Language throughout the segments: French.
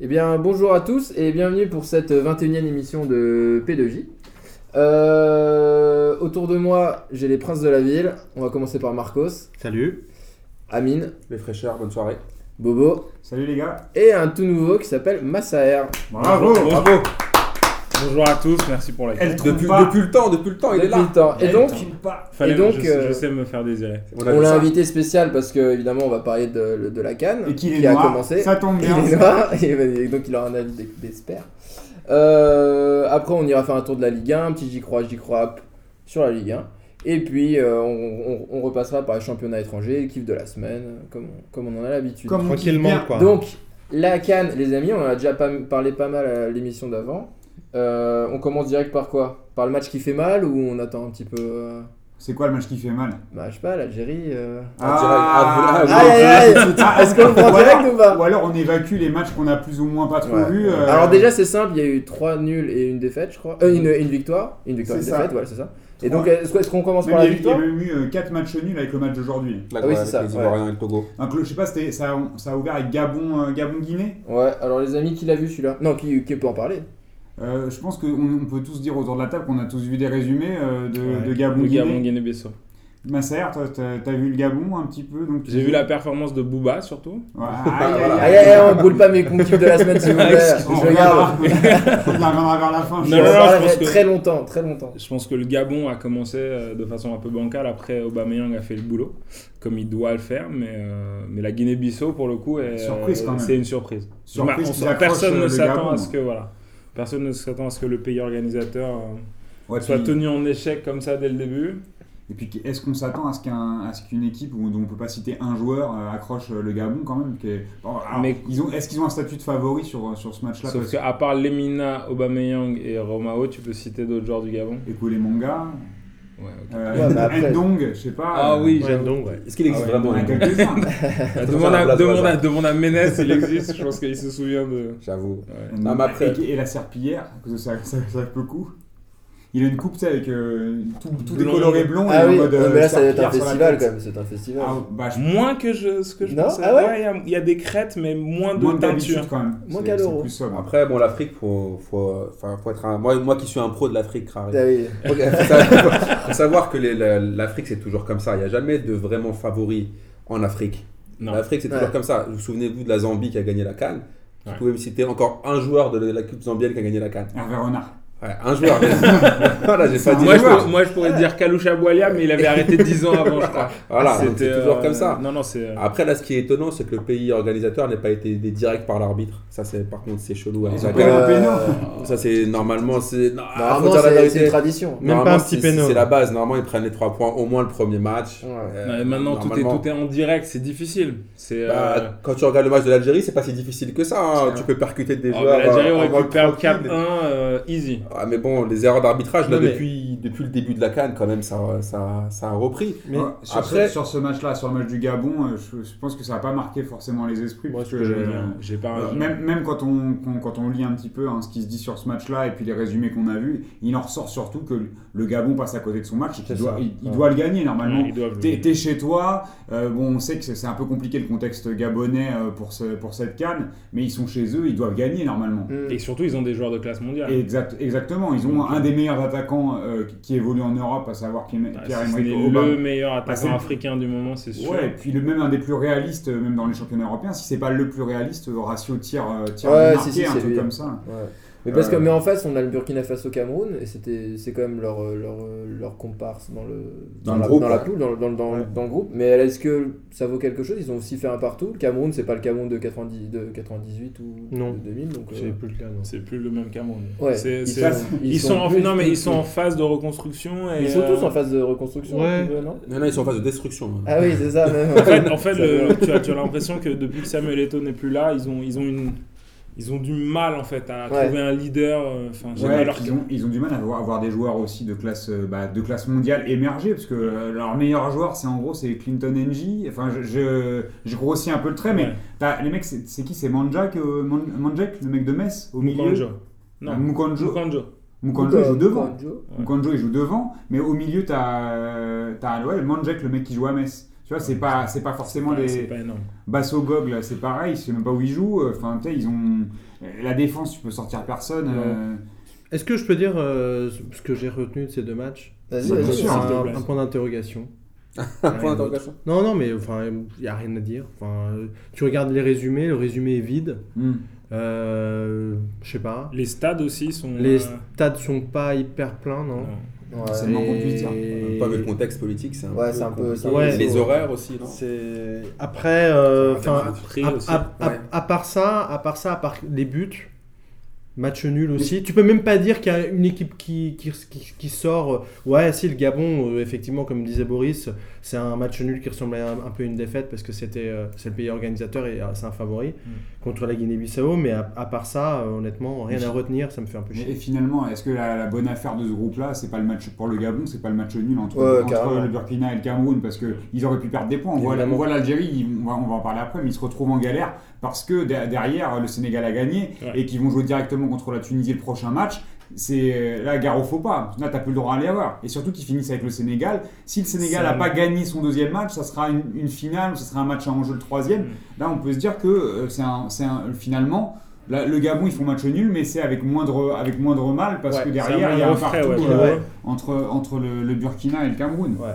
Eh bien, bonjour à tous et bienvenue pour cette 21e émission de P2J. Euh, autour de moi, j'ai les princes de la ville. On va commencer par Marcos, Salut. Amine, Les fraîcheurs, bonne soirée. Bobo Salut les gars. et un tout nouveau qui s'appelle Massaer. Bravo. Bravo. Bonjour à tous, merci pour la Elle Depuis, trouve pas. depuis le temps, depuis le temps, Oh, il est Depuis là. Eh, le temps. Et Elle donc, trouve pas. et Fallait, donc, je, euh, je sais me faire désirer. On a on vu l'a ça. invité spécial parce que évidemment, on va parler de, le- de la canne Et qu'il est qui a noir, commencé. ça tombe Il bien. Hein est noir, et ben, et donc il aura un avis d'ex- d'expert. Euh, après, on ira faire un tour de la Ligue 1, un petit j'y crois, j'y crois hop, sur la Ligue 1. Et puis, euh, on, on- on repassera par les championnats étrangers, le kiff de la semaine, comme, comme on en a l'habitude. Comme on kiffe Tranquillement, bien. quoi. Donc, la Cannes, les amis, on en a déjà pas- parlé pas mal à l'émission d'avant. Euh, on commence direct par quoi Par le match qui fait mal ou on attend un petit peu euh, C'est quoi le match qui fait mal bah, Je sais pas, l'Algérie. euh. Ah, Aïe, aïe, aïe Ah, Est-ce qu'on le prend ou alors- direct ou pas ah, Ou alors on évacue les matchs qu'on a plus ou moins pas trop Ouais. vus. euh, Alors déjà c'est simple, il y a eu 3 nuls et une défaite je crois. Euh, une, une victoire. Une victoire et une C'est défaite, ça. voilà c'est ça. Et Trois. donc est-ce que- est-ce qu'on commence même par il la y a eu- il y a victoire même eu 4 matchs nuls avec le match d'aujourd'hui. La Ah oui, Guinée c'est ça, avec les ouais. Ivoiriens et le Togo. Donc le- je sais pas, c'était- ça, a- ça a ouvert avec Gabon, euh, Gabon-Guinée. Ouais, alors les amis, qui l'a vu celui-là Non, qui, qui peut en parler Euh, je pense qu'on on peut tous dire autour de la table qu'on a tous vu des résumés euh, de, Ouais. de Le Gabon Gabon-Guinée. Guinée-Bissau. Massaer, toi, t'as t'as vu le Gabon un petit peu donc tu- J'ai vu la performance de Booba surtout. Ouais, aïe, aïe, Aïe aïe, aïe aïe, Ah, on brûle pas mes conquêtes de la semaine s'il vous plaît. On Je reviendra regarde. on reviendra vers la fin. je Je Non, pense. non, non, regarde je pense que- Très longtemps, très longtemps. Je pense que le Gabon a commencé euh, de façon un peu bancale. Après, Aubameyang a fait le boulot, comme il doit le faire. Mais, euh, mais la Guinée-Bissau, pour le coup, est- Surprise, quand même. c'est une surprise. Surprise Je m'en- Bah, on qu'ils s'en- accrochent, personne euh, ne le s'attend Gabon. à ce que voilà. Personne ne s'attend à ce que le pays organisateur euh, Ouais, soit puis- tenu en échec comme ça dès le début. Et puis, est-ce qu'on s'attend à ce qu'un- à ce qu'une équipe où, dont on ne peut pas citer un joueur euh, accroche euh, le Gabon quand même qui est- Bon, alors, Mais- ils ont, Est-ce qu'ils ont un statut de favori sur, sur ce match-là Sauf Parce- qu'à part Lemina, Aubameyang et Romao, tu peux citer d'autres joueurs du Gabon. Écoutez, mon gars, Ouais, ok. euh, Ouais, mais après- Ndong, je sais pas. Ah oui, Ouais, j'avoue. donc, ouais. Est-ce qu'il existe Ah ouais, vraiment euh, les Togo quelques-uns. Demande Ça, ça, ça, à, demande, ça. à, demande à Ménès, il existe, je pense qu'il se souvient de... J'avoue. Ouais. Ndong. Non, mais après- et, et la serpillière, parce que ça, ça, ça peut coup. Il a une coupe tu sais, avec euh, tout, tout Blond. décoloré blond Ah et oui, en mode. non, euh, mais là ça va être un serpillière sur la festival tête. quand même, c'est un festival. Ah, bah, je Moins que je, ce que je Non pensais. Ah ouais il y a- il y, a des crêtes, mais moins de moins que teinture. d'habitude quand même. Moins C'est- qu'à l'Euro. C'est plus sobre. Après, bon, l'Afrique, faut, faut, enfin, faut être un. Moi, moi qui suis un pro de l'Afrique, Ah craré. oui. Ok, faut savoir- faut savoir que les- la- l'Afrique, c'est toujours comme ça. Il n'y a jamais de vraiment favori en Afrique. Non. L'Afrique, c'est toujours Ouais. comme ça. Vous vous souvenez-vous de la Zambie qui a gagné la Cannes Vous Ouais. pouvez me citer encore un joueur de la Coupe zambienne qui a gagné la Cannes. Hervé Renard. Ouais, un joueur. voilà, j'ai pas dit. Moi je, joueur. pour- moi, je pourrais Ah. dire Kalusha Boalia, mais il avait arrêté 10 ans avant, je crois. Voilà, donc c'est C'était, toujours euh, comme ça. Non, non, c'est... euh, Après, là, ce qui est étonnant, c'est que le pays organisateur n'ait pas été aidé direct par l'arbitre. Ça, c'est par contre, c'est chelou. avec Ils la ont pas eu Cannes. un péno. Euh, Ça, c'est Bah, normalement, c'est. non, faut Normalement dire la Ah, c'est- vérité. c'est une tradition. Même pas Normalement, un petit c'est- péno. C'est la base. Normalement, ils prennent les trois points au moins le premier match. Ouais. Euh, non, et maintenant, tout est, normalement. tout est en direct, c'est difficile. C'est... Bah, euh, Quand tu regardes le match de l'Algérie, c'est pas si difficile que ça. hein. C'est Tu peux percuter des oh, joueurs. mais L'Algérie euh, en aurait mode pu perdre tranquille. 4-1, euh, easy. Ah, mais bon, les erreurs d'arbitrage, là, Non, mais- depuis, depuis le début de la Cannes, quand même, ça, ça, ça a repris. Mais Ouais, sur, après- ce, sur ce match-là, sur le match du Gabon, euh, je, je pense que ça n'a pas marqué forcément les esprits. Moi, parce ce que que, j'allais dire, euh, j'ai pas... euh, même, même quand, on, qu'on- quand on lit un petit peu hein, ce qui se dit sur ce match-là et puis les résumés qu'on a vus, il en ressort surtout que le Gabon passe à côté de son match et qu'il C'est doit, ça. il, il Ouais. doit le gagner normalement. ils doivent- T'es t'es chez toi, euh, bon, on sait que c'est c'est un peu compliqué le contexte gabonais euh, pour, ce- pour cette canne, mais ils sont chez eux, ils doivent gagner normalement. Mm. Et surtout, ils ont des joueurs de classe mondiale. Exact, exactement, ils ont un des meilleurs attaquants euh, qui- qui évolue en Europe, à savoir Kim- Ah, si ce Pierre-Emerick n'est Aubameyang. le meilleur Bah, attaquant c'est- africain du moment, c'est sûr. Ouais, et puis le même un des plus réalistes, euh, même dans les championnats européens, si c'est pas le plus réaliste, euh, ratio tir, euh, tir Ouais, marqué, si, si, un c'est truc lui. comme ça. Ouais. Mais parce que Euh, mais en face on a le Burkina Faso Cameroun et c'était c'est quand même leur euh, leur euh, leur comparse dans le Dans le la, groupe, dans la ouais. poule dans, le- dans le- dans le- Ouais. dans le groupe mais est-ce que ça vaut quelque chose ils ont aussi fait un partout le Cameroun c'est pas le Cameroun de 90 de 98 ou Non. de 2000 donc euh, J'ai plus le cas, non. C'est plus le même Cameroun. ouais C'est- ils, c'est- sont, ils sont, en, plus- non, mais ils sont en phase de reconstruction. Et ils sont tous euh, en phase de reconstruction Ouais. un petit peu, non Non, non, ils sont en phase de destruction. hein. ah oui c'est ça même En fait, en fait Ça le- va. tu as, tu as l'impression que depuis que Samuel Eto'o n'est plus là, ils ont, ils ont une. Ils ont du mal en fait à Ouais. trouver un leader. euh, Enfin, je sais Ouais, pas, alors ils, ont, ils ont du mal à avoir, avoir des joueurs aussi de classe, euh, bah, de classe mondiale émergée, parce que euh, leur meilleur joueur, c'est en gros, c'est Clinton NG. Enfin, je, je, je grossis un peu le trait, mais Ouais. t'as- les mecs, c'est c'est qui C'est Manjak, euh, Man- Manjak, le mec de Metz, au milieu Mukanjo. Ah, Non, Mukanjo. Mukanjo. Mukanjo, il joue devant. Mukanjo. Mukanjo, il joue devant, mais au milieu, t'as as, ouais, Manjek, le mec qui joue à Metz. Tu vois, c'est pas, c'est pas forcément Ouais, des. C'est pas énorme. Basso Gog, là, c'est pareil, je sais même pas où ils jouent. Enfin, tu sais, ils ont. La défense, tu peux sortir personne. Ouais. euh, Est-ce que je peux dire euh, ce que j'ai retenu de ces deux matchs Vas-y, Bah, bien vas-y. sûr, hein. s'il te un, plaît. un point d'interrogation. Euh, Point d'interrogation. Non, non, mais enfin, il n'y a rien à dire. Enfin, euh, tu regardes les résumés, le résumé est vide. hmm. Euh, je sais pas. Les stades aussi sont. Les euh, stades sont pas hyper pleins, non non. Ouais. C'est le moins qu'on Et- puisse dire. Pas vu le contexte politique, c'est un Ouais, peu. c'est un peu- compliqué. c'est un peu- Les ouais. horaires aussi, non C'est. Après, euh, Ça va, enfin, Après à, aussi. à- à- ouais. à part ça, à part ça, à part les buts, match nul aussi. Tu peux même pas dire qu'il y a une équipe qui, qui, qui- qui sort. euh, Ouais, si le Gabon, euh, effectivement, comme disait Boris, c'est un match nul qui ressemblait un, un peu à une défaite parce que c'était euh, c'est le pays organisateur et euh, c'est un favori contre la Guinée-Bissau. Mais à, à part ça, euh, honnêtement, rien à retenir. Ça me fait un peu Mais chier. et finalement, est-ce que la, la bonne affaire de ce groupe-là, c'est pas le match pour le Gabon, c'est pas le match nul entre, Ouais, entre carrément. le Burkina et le Cameroun Parce qu'ils auraient pu perdre des points. On voit, Évidemment. on voit l'Algérie, ils- on va, on va en parler après, mais ils se retrouvent en galère parce que de- derrière, le Sénégal a gagné Ouais. et qu'ils vont jouer directement contre la Tunisie le prochain match. C'est là, gare au faux pas. Là, t'as plus le droit à les avoir. Et surtout qu'ils finissent avec le Sénégal. Si le Sénégal Ça- n'a pas gagné son deuxième match, ça sera une, une finale, ça sera un match à enjeu le troisième. Là, on peut se dire que euh, c'est un, c'est un- finalement, là, le Gabon, ils font match nul, mais c'est avec moindre, avec moindre mal parce Ouais, que C'est derrière, il y a un moindre frais, partout ouais, euh, ouais. entre, entre le, le Burkina et le Cameroun. Ouais.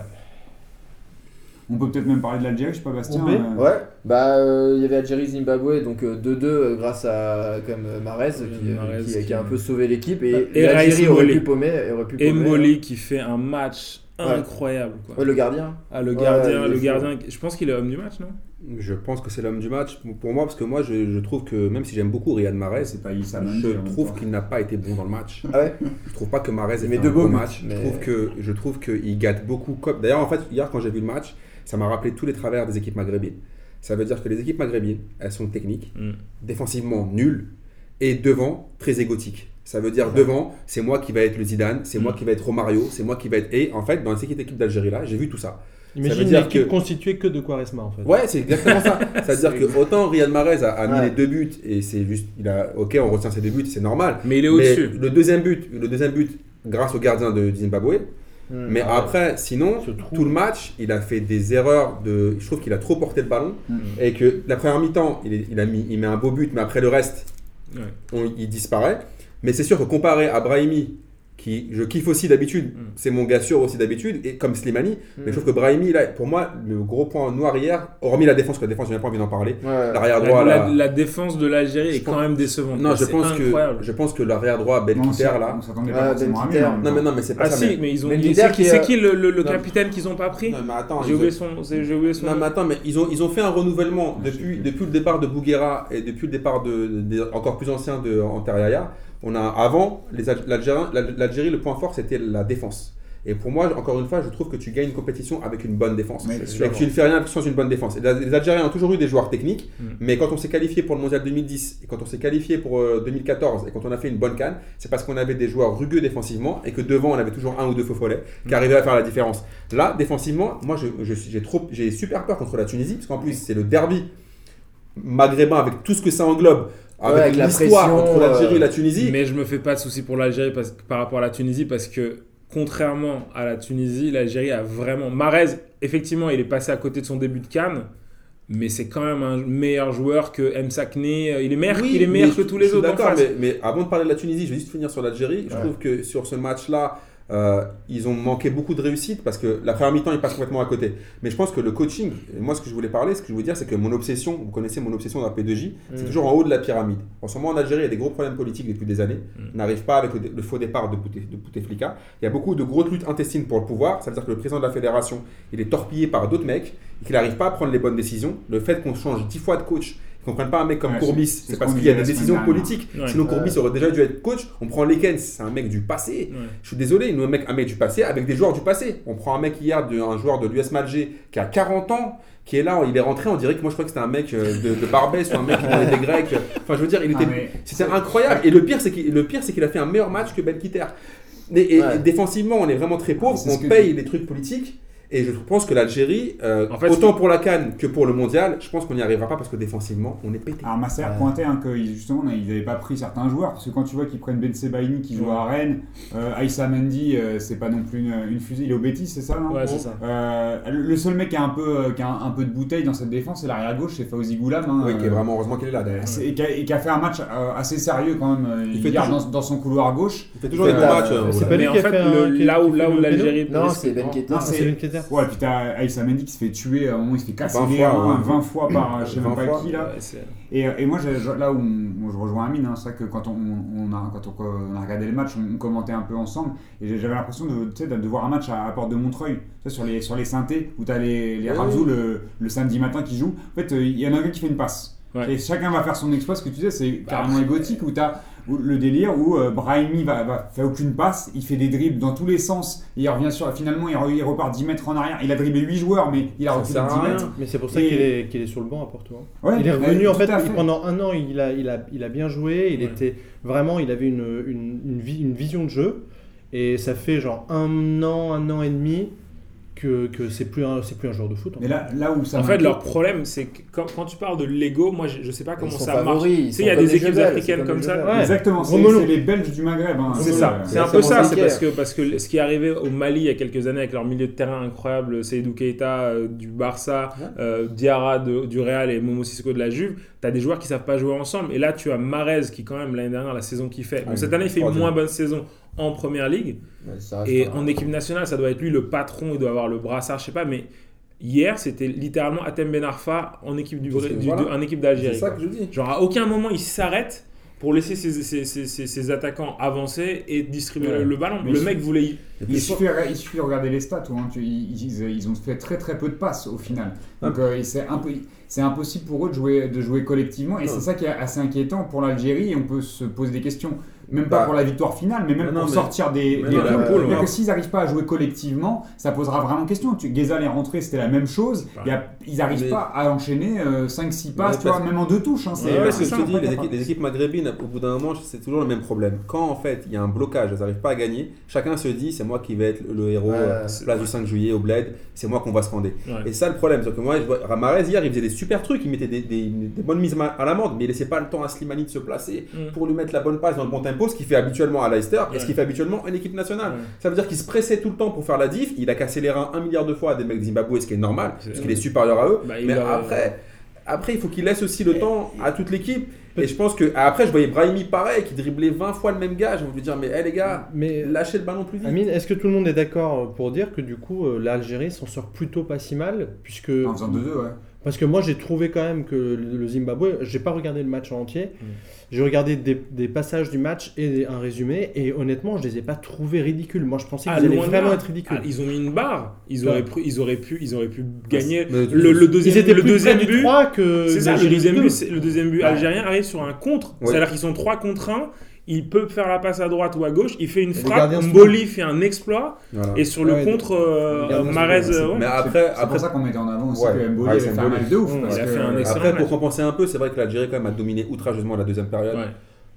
On peut peut-être même parler de l'Algérie, je sais pas, Bastien. On B euh, Ouais, bah euh, il y avait Algérie-Zimbabwe, donc euh, 2-2 euh, grâce à comme Marez qui, euh, Oui, Mahrez qui- qui qui- a un peu sauvé l'équipe Bah, et, et et l'Algérie Raïs aurait Moli. pu paumer, aurait pu paumer. Et hein. Molly qui fait un match Ouais. incroyable. Quoi. Ouais, le gardien. Ah, le Ouais, gardien, il est le fou. gardien. Je pense qu'il est homme du match, non Je pense que c'est l'homme du match pour moi, parce que moi, je, je trouve que même si j'aime beaucoup Riyad Mahrez, C'est pas Issa Mandé, en je même trouve temps. qu'il n'a pas été bon dans le match. Ah ouais Je trouve pas que Mahrez ait Mais fait de un beaux bon buts, match. mais- Je trouve que je trouve qu'il gâte beaucoup. comme- D'ailleurs, en fait, hier quand j'ai vu le match, ça m'a rappelé tous les travers des équipes maghrébines. Ça veut dire que les équipes maghrébines, elles sont techniques, Mm. défensivement nulles et devant très égotiques. Ça veut dire devant, c'est moi qui va être le Zidane, c'est moi Mm. qui va être Romario, c'est moi qui va être. Et en fait, dans cette équipe d'Algérie là, j'ai vu tout ça. Imagine veut une dire équipe que- constituée que de Quaresma en fait. Ouais, c'est exactement ça. C'est-à-dire que autant Riyad Mahrez a, a mis Ouais. les deux buts et c'est juste, il a, ok, on retient ses deux buts, c'est normal. Mais il est Mais au-dessus. le deuxième but, le deuxième but grâce au gardien de Zimbabwe. Hmm. Mais après, sinon, Ce trou. tout le match, il a fait des erreurs. De... Je trouve qu'il a trop porté le ballon. Mm. Et que la première mi-temps, il, est- il a mis, il met un beau but, mais après le reste, Ouais. on- il disparaît. Mais c'est sûr que comparé à Brahimi, qui je kiffe aussi d'habitude, Mm. c'est mon gars sûr aussi d'habitude, et comme Slimani, mais Hmm. je trouve que Brahimi, là, pour moi, le gros point noir hier, hormis la défense, que la défense, j'ai même pas envie d'en parler, Ouais. l'arrière La, droit, la- là. la défense de l'Algérie Je est quand pense- même décevante. Non, quoi. je C'est pense, que, incroyable. je pense que l'arrière droit, Non, on Belkider, s'y- là. on s'attendait Ouais, pas forcément à mieux. hein. Belkider. en même Non, mais temps. non, mais c'est pas Ah ça. si, mais- euh, mais ils ont. mais ils- leader C'est qui, qui c'est a- qui le, le- le Non. capitaine qu'ils ont pas pris Non, mais attends, J'ai ils ont- oublié son. c'est- J'ai oublié son. Non mais attends, mais ils ont, ils ont fait un renouvellement Ah, je sais depuis, plus. depuis le départ de Bouguera et depuis le départ de, des encore plus anciens de Anteriaya. On a avant les Alg- l'Algérien- l'Al- l'Algérie, le point fort c'était la défense. Et pour moi, encore une fois, je trouve que tu gagnes une compétition avec une bonne défense. Mais et que tu ne fais rien sans une bonne défense. Et la- les Algériens ont toujours eu des joueurs techniques, Mm. mais quand on s'est qualifié pour le Mondial 2010 et quand on s'est qualifié pour euh, 2014 et quand on a fait une bonne canne, c'est parce qu'on avait des joueurs rugueux défensivement et que devant on avait toujours un ou deux faux follets qui Mm. arrivaient à faire la différence. Là, défensivement, moi je- je suis- j'ai trop, j'ai super peur contre la Tunisie parce qu'en plus c'est le derby maghrébin avec tout ce que ça englobe, Ouais, avec avec la l'histoire pression, entre l'Algérie euh, et la Tunisie. Mais je me fais pas de soucis pour l'Algérie parce que- par rapport à la Tunisie parce que contrairement à la Tunisie, l'Algérie a vraiment. Marez, effectivement, il est passé à côté de son début de Cannes, mais c'est quand même un meilleur joueur que M. Sakné. Il est meilleur, Oui, il est mais meilleur je- que tous les je suis autres. en D'accord, face. mais, mais avant de parler de la Tunisie, je vais juste finir sur l'Algérie. Je Ouais. trouve que sur ce match-là, euh, ils ont manqué beaucoup de réussite parce que la première mi-temps, ils passent complètement à côté. Mais je pense que le coaching, et moi, ce que je voulais parler, ce que je voulais dire, c'est que mon obsession, vous connaissez mon obsession dans la P2J, Mmh. c'est Mm. toujours en haut de la pyramide. En ce moment, en Algérie, il y a des gros problèmes politiques depuis des années. On n'arrive pas avec le, le faux départ de, Boute- de Bouteflika. Il y a beaucoup de grosses luttes intestines pour le pouvoir. Ça veut dire que le président de la fédération, il est torpillé par d'autres mecs et qu'il n'arrive pas à prendre les bonnes décisions. Le fait qu'on change dix fois de coach, qu'on prenne pas un mec comme Ouais, Courbis, c'est- c'est c'est ce parce qu'on qu'il y a disait des la semaine décisions dernière. politiques. Ouais. Sinon, Courbis Ouais. aurait déjà dû être coach. On prend Lekens, c'est un mec du passé. Ouais. Je suis désolé, nous, un mec, un mec du passé avec des joueurs du passé. On prend un mec hier, de, un joueur de l'US Malgé qui a 40 ans, qui est là, il est rentré, on dirait que moi je crois que c'était un mec euh, de, de Barbès ou un mec qui parlait des Grecs. Enfin, je veux dire, il était. Ah, mais- C'était incroyable. Et le pire, c'est qu'il, le pire, c'est qu'il a fait un meilleur match que Belkiter. Et, et- Ouais. et défensivement, on est vraiment très pauvre. C'est ce On que paye les trucs politiques. Et je pense que l'Algérie, euh, En fait, autant c'est- pour la Cannes que pour le Mondial, je pense qu'on n'y arrivera pas parce que défensivement, on est pété. Alors Masser Ouais. pointait hein, que ils- justement ils n'avaient pas pris certains joueurs parce que quand tu vois qu'ils prennent Ben Sebaini qui joue à Rennes, euh, Aïssa Mendy euh, c'est pas non plus une, une fusée, il est au Betis c'est ça non Ouais, c'est ça. Euh, le seul mec qui a un peu euh, qui a un, un peu de bouteille dans cette défense c'est l'arrière gauche c'est Fauzi Goulam hein, Oui, qui est euh, vraiment heureusement qu'il est là derrière. c'est- et, qui a, et qui a fait un match euh, assez sérieux quand même euh, Il fait hier toujours- dans, dans son couloir gauche Il fait toujours fait des bons la- matchs. euh, c'est voilà. pas lui Mais en qui a fait, fait un- le- qui a- là où qui là fait où le l'Algérie Non, risque- c'est Ben Keita. Non, C'est Ben Keter. ouais puis t'as Aïssa Mendy qui se fait tuer euh, à un moment il se fait casser 20 les fois, reins ouais. 20 fois par euh, je sais 20 même pas fois, qui là Ouais, c'est- Et, euh, et moi, je- je- là où, on- où je rejoins Amine, hein, c'est vrai que quand on, on a, quand on, on a regardé le match, on, commentait un peu ensemble, et j'ai- j'avais l'impression de, tu sais, de, de voir un match à, à Porte de Montreuil, tu sais, sur les, sur les synthés, où tu as les, les Oui, Ramsou le, le samedi matin qui jouent. En fait, euh, il y en a un gars qui fait une passe. Ouais. Et chacun va faire son exploit, ce que tu disais, Bah, c'est carrément égotique, où tu as le délire où euh, Brahimi va, va faire aucune passe, il fait des dribbles dans tous les sens, et il revient sur, finalement, il, re- il repart 10 mètres en arrière. Il a dribblé 8 joueurs, mais il a Ça reculé sert à 10 rien. mètres. Mais c'est pour ça Et- qu'il est, qu'il est sur le banc à Porto. hein. Ouais, il est revenu ouais, en fait, tout à il- pendant un an, il a, il a, il a bien joué. Il Ouais. était vraiment, il avait une, une, une, vi- une vision de jeu. Et ça fait genre un an, un an et demi que, que c'est plus, un- c'est plus un joueur de foot. en Mais fait. là, là où ça En fait, m'inquiète- leur problème, c'est que quand, quand tu parles de Lego, moi, je, je sais pas Ah, comment Ils sont ça marche. favoris. Tu ils sais, il y a sont comme des les équipes Jebel, africaines c'est comme les ça. Jebel. Ouais. Exactement, c'est Romolo. c'est les Belges du Maghreb. hein. C'est Euh, ça, c'est un c'est peu ça, mon c'est banquier. parce que, parce que ce qui est arrivé au Mali il y a quelques années avec leur milieu de terrain incroyable, Seydou Keita euh, du Barça, Ouais. euh, Diarra de- du Real et Momo Sissoko de la Juve, t'as des joueurs qui savent pas jouer ensemble. Et là, tu as Marez qui, quand même, l'année dernière, la saison qu'il fait. Bon, Ah, cette il est année, il fait une extraordinaire. moins bonne saison en première ligue. Ouais, Ah, ça reste Et un- en équipe nationale, ça doit être lui le patron, il doit avoir le brassard, je sais pas, mais hier, c'était littéralement Atem Ben Arfa en équipe, du, Parce que du- voilà. de- en équipe C'est d'Algérie. ça quoi. que je dis. Genre, à aucun moment, il s'arrête pour laisser ses, ses- ses- ses- ses attaquants avancer et distribuer Ouais. le, le ballon. Mais le il- mec voulait. y- Et puis, Il suffit, il suffit de regarder les stats. hein. Tu- Ils, ils- ils ont fait très très peu de passes au final. Donc euh, et c'est impo- c'est impossible pour eux de jouer, de jouer collectivement. Et Non. c'est ça qui est assez inquiétant pour l'Algérie. Et on peut se poser des questions. Même pas Bah. pour la victoire finale, mais même Mais non, pour mais- sortir des. mais des non, la groupes. poule, C'est-à-dire ouais. que s'ils n'arrivent pas à jouer collectivement, ça posera vraiment question. Tu, Ghezal est rentré, c'était la même chose. Ouais. Il y a- ils n'arrivent Bah. Mais- pas à enchaîner 5-6 Mais passes, tu vois, parce- même en deux touches. hein. C'est vrai ce que ça, je on te peut dis, pas les faire. équipes, les équipes maghrébines, au bout d'un moment, c'est toujours le même problème. Quand en fait il y a un blocage, elles n'arrivent pas à gagner, chacun se dit c'est moi qui vais être le héros Ouais. euh, place du 5 juillet au bled, c'est moi qu'on va se rendre. Ouais. Et ça le problème, c'est que moi, je vois, Ramarez hier, il faisait des super trucs, il mettait des, des- des bonnes mises ma- à l'amende, mais il laissait pas le temps à Slimani de se placer Mm. pour lui mettre la bonne passe dans le bon tempo, ce qu'il fait habituellement à Leicester et Ouais. ce qu'il fait habituellement en équipe nationale. Ouais. Ça veut dire qu'il se pressait tout le temps pour faire la diff, il a cassé les reins un milliard de fois à des mecs Zimbabwe, ce qui est normal, C'est- parce qu'il est supérieur à eux, Bah, il mais leur- après, après, il faut qu'il laisse aussi le temps à toute l'équipe. Et je pense que après, je voyais Brahimi pareil, qui driblait 20 fois le même gars. J'ai envie de lui dire, mais hé les gars, Mais euh, lâchez le ballon plus vite. Amine, est-ce que tout le monde est d'accord euh, pour dire que du coup euh, l'Algérie s'en sort plutôt pas si mal puisque En faisant 2-2, ouais. Parce que moi, j'ai trouvé quand même que le Zimbabwe, j'ai pas regardé le match en entier. Mm. J'ai regardé des, des passages du match et des- un résumé. Et honnêtement, je les ai pas trouvés ridicules. Moi, je pensais Ah, qu'ils allaient loin de vraiment là. être ridicules. Ah, ils ont mis une barre. Ils Ouais. Bah, auraient, pu, ils auraient pu, ils auraient pu gagner Mais- le, le Ils deuxième, étaient le plus deuxième près du but. 3 que C'est ça, le l'Algérie deuxième, deux. but, c'est- le deuxième but algérien arrive sur un contre. Oui. C'est-à-dire qu'ils sont 3 contre 1. Il peut faire la passe à droite ou à gauche. Il fait une les frappe. gardiens se Mboli fait un exploit. Voilà. Et sur le Ouais, contre, euh, les gardiens se Marez. font- euh, ouais. Mais C'est- après, c'est pour après, ça qu'on mettait en avant aussi Ouais. que Mboli Ouais, avait c'est fait un Mboli. match de ouf. Mmh, parce il a que- fait un excellent après, match. pour compenser un peu, c'est vrai que l'Algérie quand même a dominé outrageusement la deuxième période. Ouais.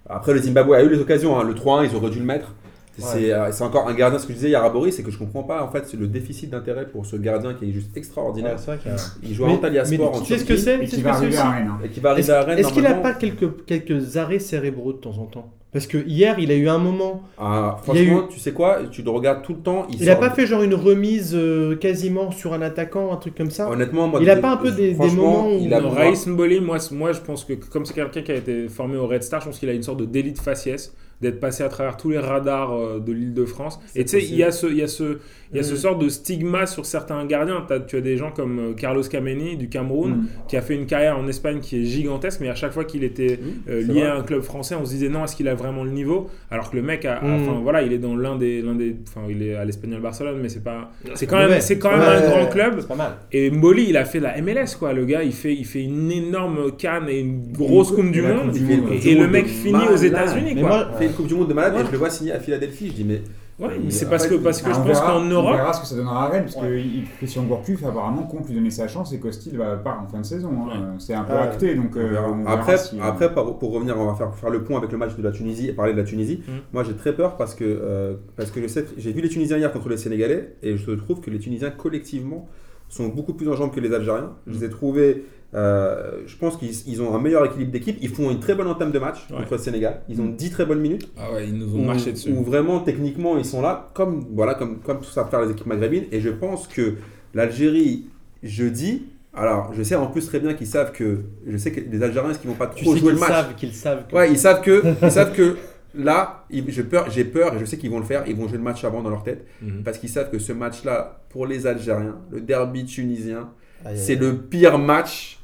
Après, le Zimbabwe a eu les occasions. hein. Le 3-1, ils auraient dû le mettre. C'est euh, c'est encore un gardien. Ce que je disais hier à Boris, c'est que je comprends pas. En fait, c'est le déficit d'intérêt pour ce gardien qui est juste Ouais, extraordinaire. c'est vrai qu'il y a- Il joue à Antalya mais Sport en tu sais ce que Turquie, c'est Et Tu sais qui ce va que c'est arriver aussi à Rennes. hein. et qui va Est-ce arriver à Rennes. est-ce qu'il a normalement. pas quelques, quelques arrêts cérébraux de temps en temps Parce que hier, il a eu un moment. Ah, Il y a Franchement, tu sais quoi Tu le regardes tout le temps. Il a sort pas de- fait genre une remise euh, quasiment sur un attaquant, un truc comme ça Honnêtement, moi, Il a des- pas un peu des- des franchement, moments où- il a Non, Raïs Mboli, moi, c- moi je pense que comme c'est quelqu'un qui a été formé au Red Star, je pense qu'il a une sorte de délit de faciès, d'être passé à travers tous les radars euh, de l'île de France. Et tu sais, il y a ce, il y a ce, il y a ce Mm. sort de stigma sur certains gardiens. T'as- tu as des gens comme euh, Carlos Kameni du Cameroun, Mmh. qui a fait une carrière en Espagne qui est gigantesque, mais à chaque fois qu'il était Mmh, euh, c'est lié vrai. à un club français, on se disait non, est-ce qu'il a vraiment le niveau Alors que le mec, a, a- Mm. enfin voilà, il est dans l'un des, l'un des, enfin il est à l'Espagnol Barcelone, mais c'est pas, c'est quand pas même, mauvais. c'est quand même Ouais, un ouais, grand ouais. club. C'est pas mal. Et Molly, il a fait la MLS, quoi. Le gars, il fait, il fait une énorme canne et une grosse Une- Coupe du la Monde. Coupe du Et, Monde, ouais. et le mec finit aux Malade. États-Unis, Mais quoi. moi, Il fait une Coupe du Monde de malade et je le vois signer à Philadelphie. Je dis, mais Ouais, Et mais c'est en parce fait, que, parce que Ah, je on pense verra- qu'en On Europe. verra ce que ça donnera à Rennes, parce que il- Christian Gourcuff, apparemment, compte lui donner sa chance et Costil va part en fin de saison. hein. Ouais. C'est un peu Ouais. acté, donc euh, on verra Après, si, euh, après par- pour revenir, on va faire, faire le point avec le match de la Tunisie et parler de la Tunisie. Mm. Moi, j'ai très peur parce que, euh, parce que je sais, j'ai vu les Tunisiens hier contre les Sénégalais et je trouve que les Tunisiens collectivement sont beaucoup plus en jambes que les Algériens. Mm. Je les ai trouvés. euh, je pense qu'ils ils ont un meilleur équilibre d'équipe. Ils font une très bonne entame de match Ouais. contre le Sénégal. Ils ont 10 très bonnes minutes. Ah ouais, ils nous ont où, marché dessus. où vraiment techniquement ils sont là, comme voilà, comme comme tout ça faire les équipes maghrébines. Et je pense que l'Algérie jeudi. Alors, je sais en plus très bien qu'ils savent que, je sais que les Algériens, est-ce qu'ils vont pas Tu trop sais jouer qu'ils le match savent, qu'ils savent. que- Ouais, ils savent que, ils savent que là, ils- j'ai peur, j'ai peur, et je sais qu'ils vont le faire. Ils vont jouer le match avant dans leur tête Mhm. parce qu'ils savent que ce match-là, pour les Algériens, le derby tunisien, Aïe, c'est aïe. le pire match.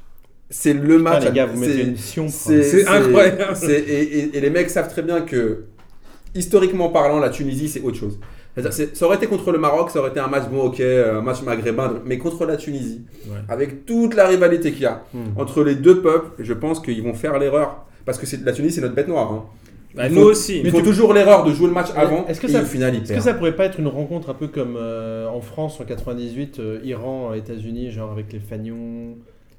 C'est le Putain, match. les gars, vous c'est- mettez une sion. c'est- C'est c'est- incroyable. c'est- et, et- et les mecs savent très bien que, historiquement parlant, la Tunisie, c'est autre chose. C'est-à-dire, c'est- ça aurait été contre le Maroc, ça aurait été un match bon, ok, euh, un match maghrébin, mais contre la Tunisie, Ouais. avec toute la rivalité qu'il y a Hmm. entre les deux peuples, je pense qu'ils vont faire l'erreur. Parce que c'est- la Tunisie, c'est notre bête noire. hein. Bah, il nous faut- aussi. Ils font toujours l'erreur de jouer le match avant Est-ce que et ça- au final, ils Est-ce que perdent. ça pourrait pas être une rencontre un peu comme euh, en France en 98, euh, Iran, États-Unis, genre avec les fagnons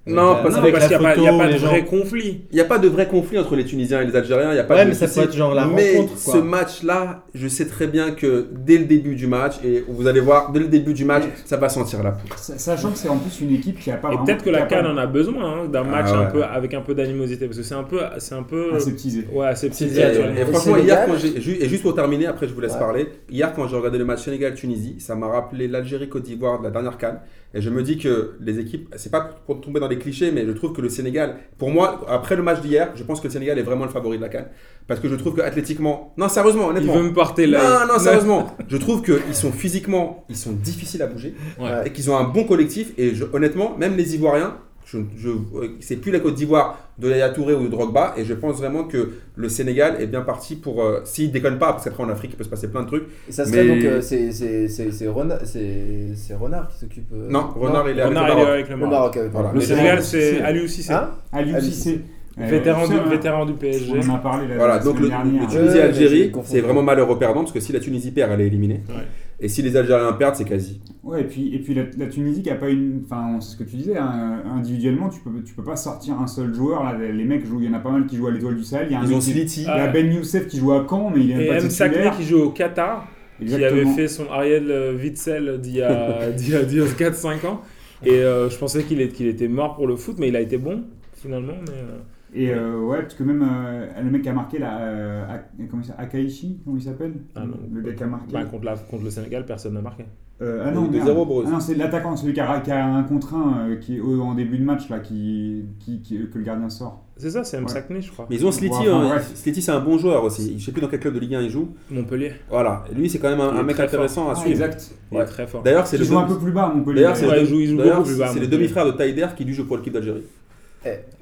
Non, avec la- parce- Non, avec parce la qu'il n'y a, pas- il y a photo, pas de les gens. vrai conflit. Il n'y a pas de vrai conflit entre les Tunisiens et les Algériens. Il y a pas Ouais, de mais ça souci. peut être genre la Mais rencontre, quoi. ce match-là, je sais très bien que dès le début du match, et vous allez voir, dès le début du match, ça va sentir la poudre. sa- Sachant que c'est en plus une équipe qui a pas Et vraiment- peut-être qui que a la pas- Cannes en a besoin hein, d'un Ah match un ouais. peu, avec un peu d'animosité. Parce que c'est un peu. C'est un Ah, peu. aseptisée. Ouais, aseptisé, Et, C'est- actuellement. et Et franchement, Sénégal hier, quand j'ai- ju- et juste pour terminer, après je vous laisse Ouais. parler. Hier, quand j'ai regardé le match Sénégal-Tunisie, ça m'a rappelé l'Algérie-Côte d'Ivoire de la dernière canne. Et je me dis que les équipes, c'est pas pour tomber dans les clichés, mais je trouve que le Sénégal, pour moi, après le match d'hier, je pense que le Sénégal est vraiment le favori de la canne. Parce que je trouve que athlétiquement, non, sérieusement, Il honnêtement. veut me porter là. Non, non, sérieusement, je trouve qu'ils sont physiquement, ils sont difficiles à bouger euh, Ouais. et qu'ils ont un bon collectif. Et je- honnêtement, même les Ivoiriens, je, je, euh, c'est plus la Côte d'Ivoire de Yaya Touré ou de Drogba. Et je pense vraiment que le Sénégal est bien parti pour. euh, S'il déconne pas, parce qu'après en Afrique, il peut se passer plein de trucs. Et Ça serait Mais- donc. euh, c'est- c'est- c'est c'est Renard c'est- c'est Renard qui s'occupe. euh, Non, Renard, il est avec Renard, le il est Maroc. avec le Le Maroc. Maroc, avec Voilà. le Le Maroc. Sénégal, Sénégal, c'est à lui aussi. c'est- Hein À Ah, l'UCC. Euh, Vétéran du vétéran du PSG. hein. On en a parlé la Voilà, la donc le, semaine dernière. le- Ouais, mais je l'ai Tunisie-Algérie, confondu. c'est vraiment malheureux perdant, parce que si la Tunisie perd, elle est éliminée. Ouais. Et si les Algériens perdent, c'est quasi. Ouais, et puis, et puis la, la Tunisie qui a pas une. Enfin, c'est ce que tu disais, hein, individuellement, tu peux, tu peux pas sortir un seul joueur. Là, les les mecs jouent, il y en a pas mal qui jouent à l'étoile du Sahel. Il y a un Ils mec ont qui- Sliti. il y a Ben Youssef qui joue à Caen, mais il est Et même M. pas Sakné titulaire. qui joue au Qatar, qui Exactement. avait fait son Ariel euh, Witzel d'il y a, d'il y a- d'il y a 4-5 ans. Et euh, je pensais qu'il est- qu'il était mort pour le foot, mais il a été bon finalement. Mais, euh, Et euh, ouais, parce que même euh, le mec qui a marqué là, euh, Ak- comment il s'appelle Akaishi, comment il s'appelle Ah non. Le mec qui a marqué. bah, contre, la- contre le Sénégal, personne n'a marqué. Euh, ah non, De merde. zéro, Boris. Ah non, c'est l'attaquant, celui qui a, qui a un contre un euh, qui est au- en début de match là, qui, qui, qui- que le gardien sort. C'est ça, c'est M. Ouais. Sakné, je crois. Mais ils ont Sliti, Ouais, enfin, hein. bref. Sliti, c'est un bon joueur aussi. Je sais plus dans quel club de Ligue 1 il joue. Montpellier, Voilà, lui c'est quand même un, Il est un mec très intéressant à Ah, suivre. exact. il Ouais. est très fort. D'ailleurs, c'est Qui le joue un peu plus bas à Montpellier. D'ailleurs, c'est Ouais, le- il joue- il joue d'ailleurs, beaucoup plus bas, c'est mon le Dieu. demi-frère de Taider qui lui joue pour l'équipe d'Algérie.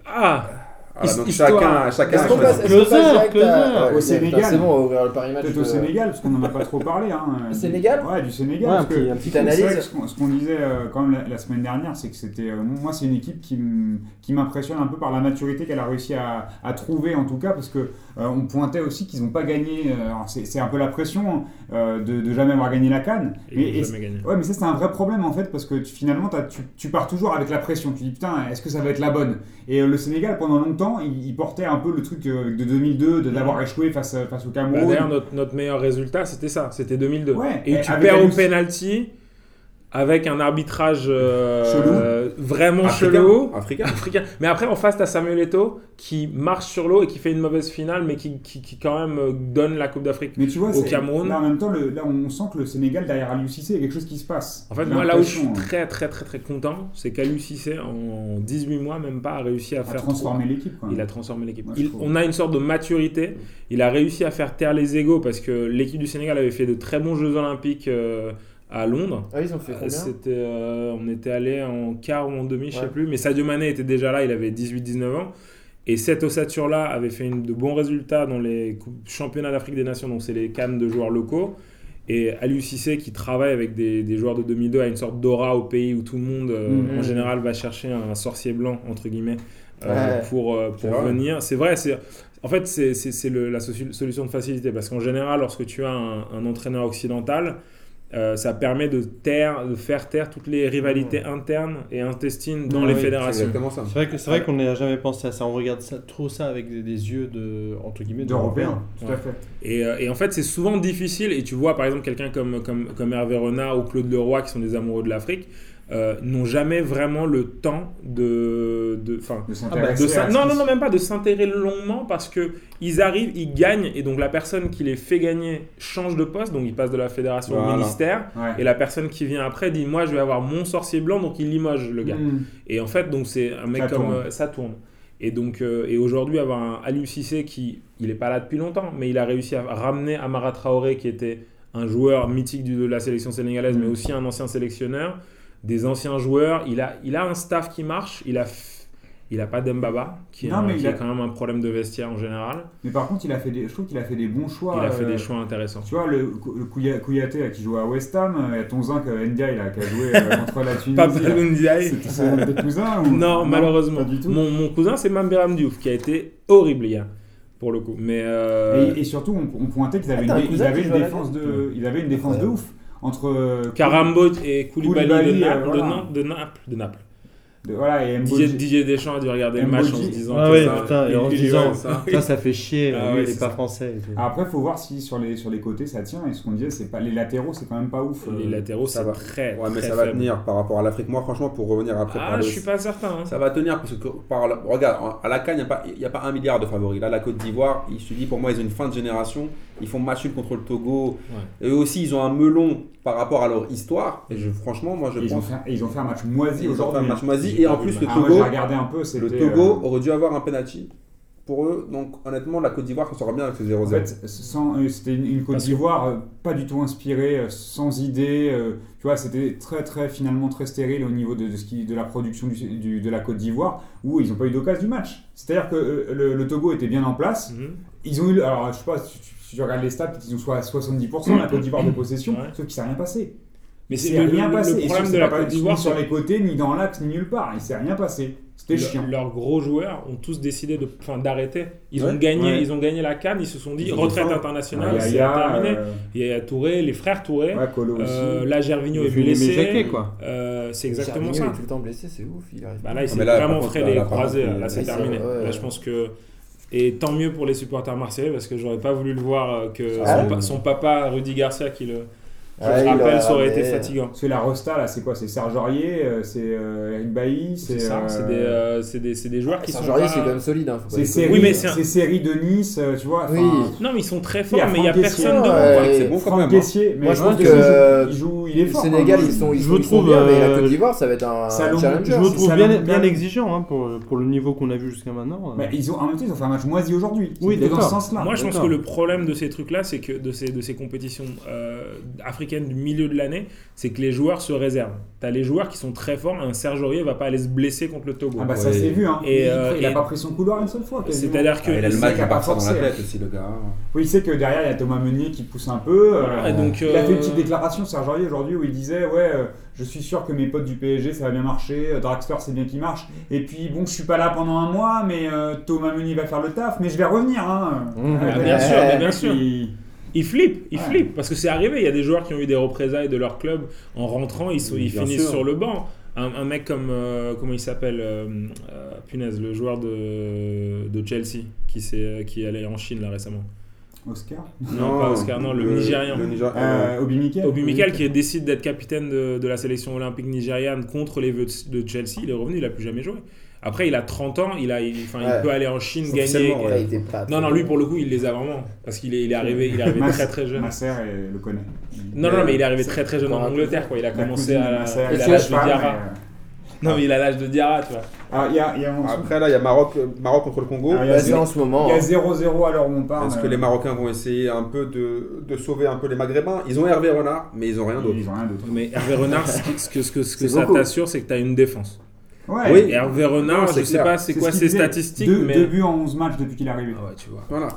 Ah Voilà, donc Histoire. chacun, chacun Est-ce a qu'on choisi. passe est-ce qu'on passe Closer, direct Closer. à- Au ouais, Sénégal. C'est bon, on va ouvrir le parimètre. Peut-être euh, au Sénégal, parce qu'on n'en a pas trop parlé. Hein. Au Sénégal Ouais, du Sénégal. Ouais, un parce que petit- un petit c'est vrai analyse. que ce qu'on- ce qu'on disait euh, quand même la, la semaine dernière, c'est que c'était. euh, moi, c'est une équipe qui m- qui m'impressionne un peu par la maturité qu'elle a réussi à, à trouver, en tout cas, parce que euh, on pointait aussi qu'ils n'ont pas gagné. euh, alors c'est c'est un peu la pression hein, euh, de, de jamais avoir gagné la canne. Ils n'ont jamais gagné. Ouais, mais ça, c'est un vrai problème en fait, parce que tu- finalement, t'as- tu, tu pars toujours avec la pression. Tu dis putain, est-ce que ça va être la bonne Et euh, le Sénégal, pendant longtemps, il, il portait un peu le truc euh, de 2002, de- d'avoir échoué face, euh, face au Bah, Cameroun. D'ailleurs, notre, notre meilleur résultat, c'était ça, c'était 2002. Ouais, et et tu avec perds au Alous. penalty avec un arbitrage euh, Chelou. euh, vraiment Africain. chelou. Africain. Africain. Mais après, en face, t'as Samuel Eto'o qui marche sur l'eau et qui fait une mauvaise finale, mais qui, qui, qui quand même euh, donne la Coupe d'Afrique. mais tu vois, au c'est- Cameroun. là en même temps, le- là on sent que le Sénégal derrière Aliou Cissé, il y a quelque chose qui se passe. En fait, J'ai moi, là où je suis l'impression, hein. très, très, très, très content, c'est qu'Aliou Cissé, en 18 mois, même pas, a réussi à hein, à faire transformer l'équipe. quoi. Il a transformé l'équipe. Ouais, Il- je trouve. on a une sorte de maturité. Il a réussi à faire taire les égaux parce que l'équipe du Sénégal avait fait de très bons Jeux Olympiques euh, à Londres. Ah, ils ont fait combien Euh, C'était, euh, on était allé en quart ou en demi, je sais Ouais. plus. Mais Sadio Mané était déjà là, il avait 18-19 ans. Et cette ossature-là avait fait une- de bons résultats dans les coupes- championnats d'Afrique des Nations, donc c'est les cannes de joueurs locaux. Et Aliou Cissé qui travaille avec des, des joueurs de 2002 a une sorte d'aura au pays où tout le monde euh, Mhm. en général va chercher un sorcier blanc entre guillemets euh, Ouais. pour, euh, pour C'est vrai. venir. C'est vrai, c'est. En fait, c'est- c'est c'est le- la so- solution de facilité parce qu'en général, lorsque tu as un, un entraîneur occidental, euh, ça permet de, taire, de faire taire toutes les rivalités internes et intestines dans Ouais, les Oh. Ah oui, c'est C'est fédérations. Ah exactement ça. C'est vrai que c'est vrai qu'on n'y a jamais pensé à ça. On regarde ça, trop ça avec des, des yeux de entre guillemets D'Européens, tout à fait. Et, euh, et en fait, c'est souvent difficile. Et tu vois, par exemple, quelqu'un comme, comme, comme Hervé Renard ou Claude Leroy, qui sont des amoureux de l'Afrique, euh, n'ont jamais vraiment le temps de. de- 'fin, De Ah bah, de s'intéresser s'in- à ce non, qui non, se- non, même pas de s'intéresser longuement parce que ils arrivent, ils gagnent et donc la personne qui les fait gagner change de poste, donc ils passent de la fédération au Voilà. ministère Ouais. et la personne qui vient après dit moi je vais avoir mon sorcier blanc donc il limoge le gars. Mm. Et en fait donc c'est un mec Ça comme tourne. euh, ça tourne. Et donc euh, et aujourd'hui avoir un Aliou Cissé qui il est pas là depuis longtemps mais il a réussi à ramener Amara Traoré qui était un joueur mythique du- de la sélection sénégalaise Mm. mais aussi un ancien sélectionneur, des anciens joueurs, il a il a un staff qui marche, il a f- il a pas Dembaba qui, est Non, un- mais qui il a... a- quand même un problème de vestiaire en général, Mais par contre, il a fait des, je trouve qu'il a fait des bons choix. il a fait euh, des choix intéressants. Tu vois, le, le Kouya- Kouyaté là, qui jouait à West Ham, euh, et Tonzin qui Ndiaye là, qui a joué euh, contre la Tunisie. Pas là. Balogun Ndiaye. C'est c'est des cousins ou... Non, malheureusement. Pas du tout. Mon, mon cousin, c'est Mambiram Diouf, qui a été horrible hier, pour le coup. Mais euh, Et, et surtout, on, on pointait qu'ils avaient, Ah, t'as un une, dé- cousin ils avaient qui une joue à la défense de, ils avaient une défense de ouf entre euh, Karambot et Koulibaly, Koulibaly, de, euh, Naples, voilà. de, Nam- de Naples, de Naples. de- voilà et Didier, Mboji. Didier Deschamps a dû regarder le match en se Mboji. disant Ah que oui, ça- putain, et il- en se il- disant, ouais, ça. ça, ça fait chier, Ah lui, ouais, il c'est est pas ça. français. Et tout. Après, faut voir si sur les sur les côtés ça tient. Et ce qu'on disait, c'est pas les latéraux, c'est quand même pas ouf. euh. Les latéraux, Ça c'est va. très, Ouais, mais très ça va faible. tenir par rapport à l'Afrique. Moi, franchement, pour revenir après. Ah, par je le- suis pas certain. hein. Ça va tenir parce que par la- regarde, en- à la Cannes, il n'y a, pas un milliard de favoris. Là, la Côte d'Ivoire, il se dit pour moi, ils ont une fin de génération. Ils font match nul contre le Togo. Et eux aussi, ils ont un melon par rapport à leur histoire. Et je, franchement, moi, je Et ils, ont pense fait, et ils ont fait un match moisi qu'ils ont fait aujourd'hui. un match moisi. J'ai Et pas en vu plus, le le Ah, moi, j'ai Togo, regardé un peu. c'était, le Togo euh, aurait dû avoir un penalty pour eux. Donc, honnêtement, la Côte d'Ivoire s'en sort bien avec ce 0-0. En fait, sans- euh, c'était une, une Côte Parce que- d'Ivoire euh, pas du tout inspirée, euh, sans idée. euh, tu vois, c'était très, très, finalement très stérile au niveau de, de ce qui, de la production du- du- de la Côte d'Ivoire, où ils n'ont pas eu d'occasion du match. C'est-à-dire que euh, le, le Togo était bien en place. Mhm. Ils ont eu, alors je sais pas, si tu, si tu regardes les stats, ils ont soit à 70% la Côte d'Ivoire de possession, Ouais. sauf qu'il s'est rien passé. Mais Il c'est s'est le, rien le- passé. le Et problème sur- de la c'est pas- Côte d'Ivoire, ni sur c'est les côtés, ni dans l'axe, ni nulle part. Il s'est rien passé. C'était que chiant. le- leurs gros joueurs ont tous décidé de, enfin, d'arrêter. Ils Ouais. ont gagné, Ouais. ils ont gagné la Cannes, ils se sont dit Ils ont retraite faim. internationale, Yaya, c'est terminé. euh, Il y a Touré, les frères Touré. ouais, Colo aussi. Euh, là, Gervinho est Vu les blessé. Méjaquets, quoi. Euh, c'est exactement Gervinho ça. est tout le temps blessé, c'est ouf. Il arrive. Bah là, il Ah, s'est mais là, vraiment par contre, frais là, les là, par croisés. contre, Là, il- c'est il- terminé. ouais. Là, je pense que. Et tant mieux pour les supporters marseillais parce que j'aurais pas voulu le voir euh, que Ah son, ouais. pa- son papa, Rudy Garcia, qui le je Ah, le il rappelle, aurait ça aurait été ramené- fatigant. Parce que la Rosta, là, c'est quoi C'est Serge Aurier, euh, c'est euh, Eric Bailly, c'est. C'est ça, euh, c'est des, euh, c'est des, c'est des joueurs qui Saint sont. Jorier, pas- c'est quand même solide. Hein, faut pas C'est déconner. série, Oui, mais c'est un- c'est série de Nice, euh, tu vois. Oui. enfin, Non, mais ils sont très Il y a forts, mais il n'y a Franck personne Kessié, devant. ouais. quoi. Ouais, c'est bon quand Franck même. hein. Kessier, mais Moi, je je pense trouve que que- il joue, il est Le fort. Sénégal, quand même. ils sont, ils Je sont- le ils sont trouve, bien, mais euh, la Côte d'Ivoire, ça va être un, un Salomon, challenger. Je vous c'est trouve ça, bien, l'Angleterre. bien exigeant hein, pour, pour le niveau qu'on a vu jusqu'à maintenant. euh. Mais ils ont, en même temps, ils ont fait un match moisi aujourd'hui. Oui, C'était dans ce d'accord. sens-là. Moi, je pense d'accord. que le problème de ces trucs-là, c'est que de ces, de ces compétitions euh, africaines du milieu de l'année, c'est que les joueurs se réservent. T'as les joueurs qui sont très forts. Un Serge Aurier va pas aller se blesser contre le Togo. Ah bah ça Ouais. s'est vu, hein. Et, il, euh, il a et- pas pris son couloir une seule fois. quasiment. C'est-à-dire Ah, que il a le Il match s'est à partir dans pas la forcé. tête aussi, le gars. Oui, il sait que derrière, il y a Thomas Meunier qui pousse un peu. euh, Et donc, Il a fait euh, une petite déclaration, Serge Aurier, aujourd'hui, où il disait Ouais, euh, je suis sûr que mes potes du PSG, ça va bien marcher, euh, Draxler, c'est bien qu'il marche. Et puis, bon, je suis pas là pendant un mois, mais euh, Thomas Meunier va faire le taf, mais je vais revenir. Hein. Mmh. Ouais, Ah, bien sûr, mais bien sûr. Puis- Ils flippent, ils Ouais. flippent, parce que c'est arrivé. Il y a des joueurs qui ont eu des représailles de leur club en rentrant, ils, sont, ils Bien finissent sûr. sur le banc. Un, un mec comme euh, comment il s'appelle, euh, euh, punaise, le joueur de, de Chelsea qui s'est euh, qui est allé en Chine là récemment. Oscar Non, pas Oscar, non, le, Ah, Nigérian. Le Nigérian. euh, Obi Mikel Obi Mikel qui décide d'être capitaine de, de la sélection olympique nigériane contre les vœux de de Chelsea, il est revenu, il a plus jamais joué. Après, il a 30 ans, il, a, il, enfin, il Ouais. peut aller en Chine, gagner. Officiellement, Il a ouais. été pas Non, non, lui pour le coup, il les a vraiment. Parce qu'il est, il est arrivé, il est arrivé Mas- très très jeune. Ma sœur elle le connaît. Non, non, mais il est arrivé très très jeune en Pour un- Angleterre, quoi. Il a La commencé cousine de à. ma sœur, Il elle a est l'âge de femme, Diarra. mais, Non, mais il a l'âge de Diarra, tu vois. euh, Ah, il y a, il y a, un- Après, là, il y a Maroc, Maroc contre le Congo. Ah, il y a Bah, c'est zéro- en ce moment. il y a hein. 0-0 à l'heure où on parle. euh, Est-ce que les Marocains vont essayer un peu de, de sauver un peu les Maghrébins Ils ont Hervé Renard, mais ils ont rien d'autre. Ils ont rien d'autre. Mais Hervé Renard, ce que, ce que, ce que, ce que C'est ça beaucoup. t'assure, c'est que t'as une défense. Ouais. Oui, Et Hervé Renard, Non, je c'est sais clair. pas c'est ce quoi qu'il ses disait. statistiques, Deux, mais. deux buts en 11 matchs depuis qu'il est arrivé. Ah ouais, tu vois. Voilà.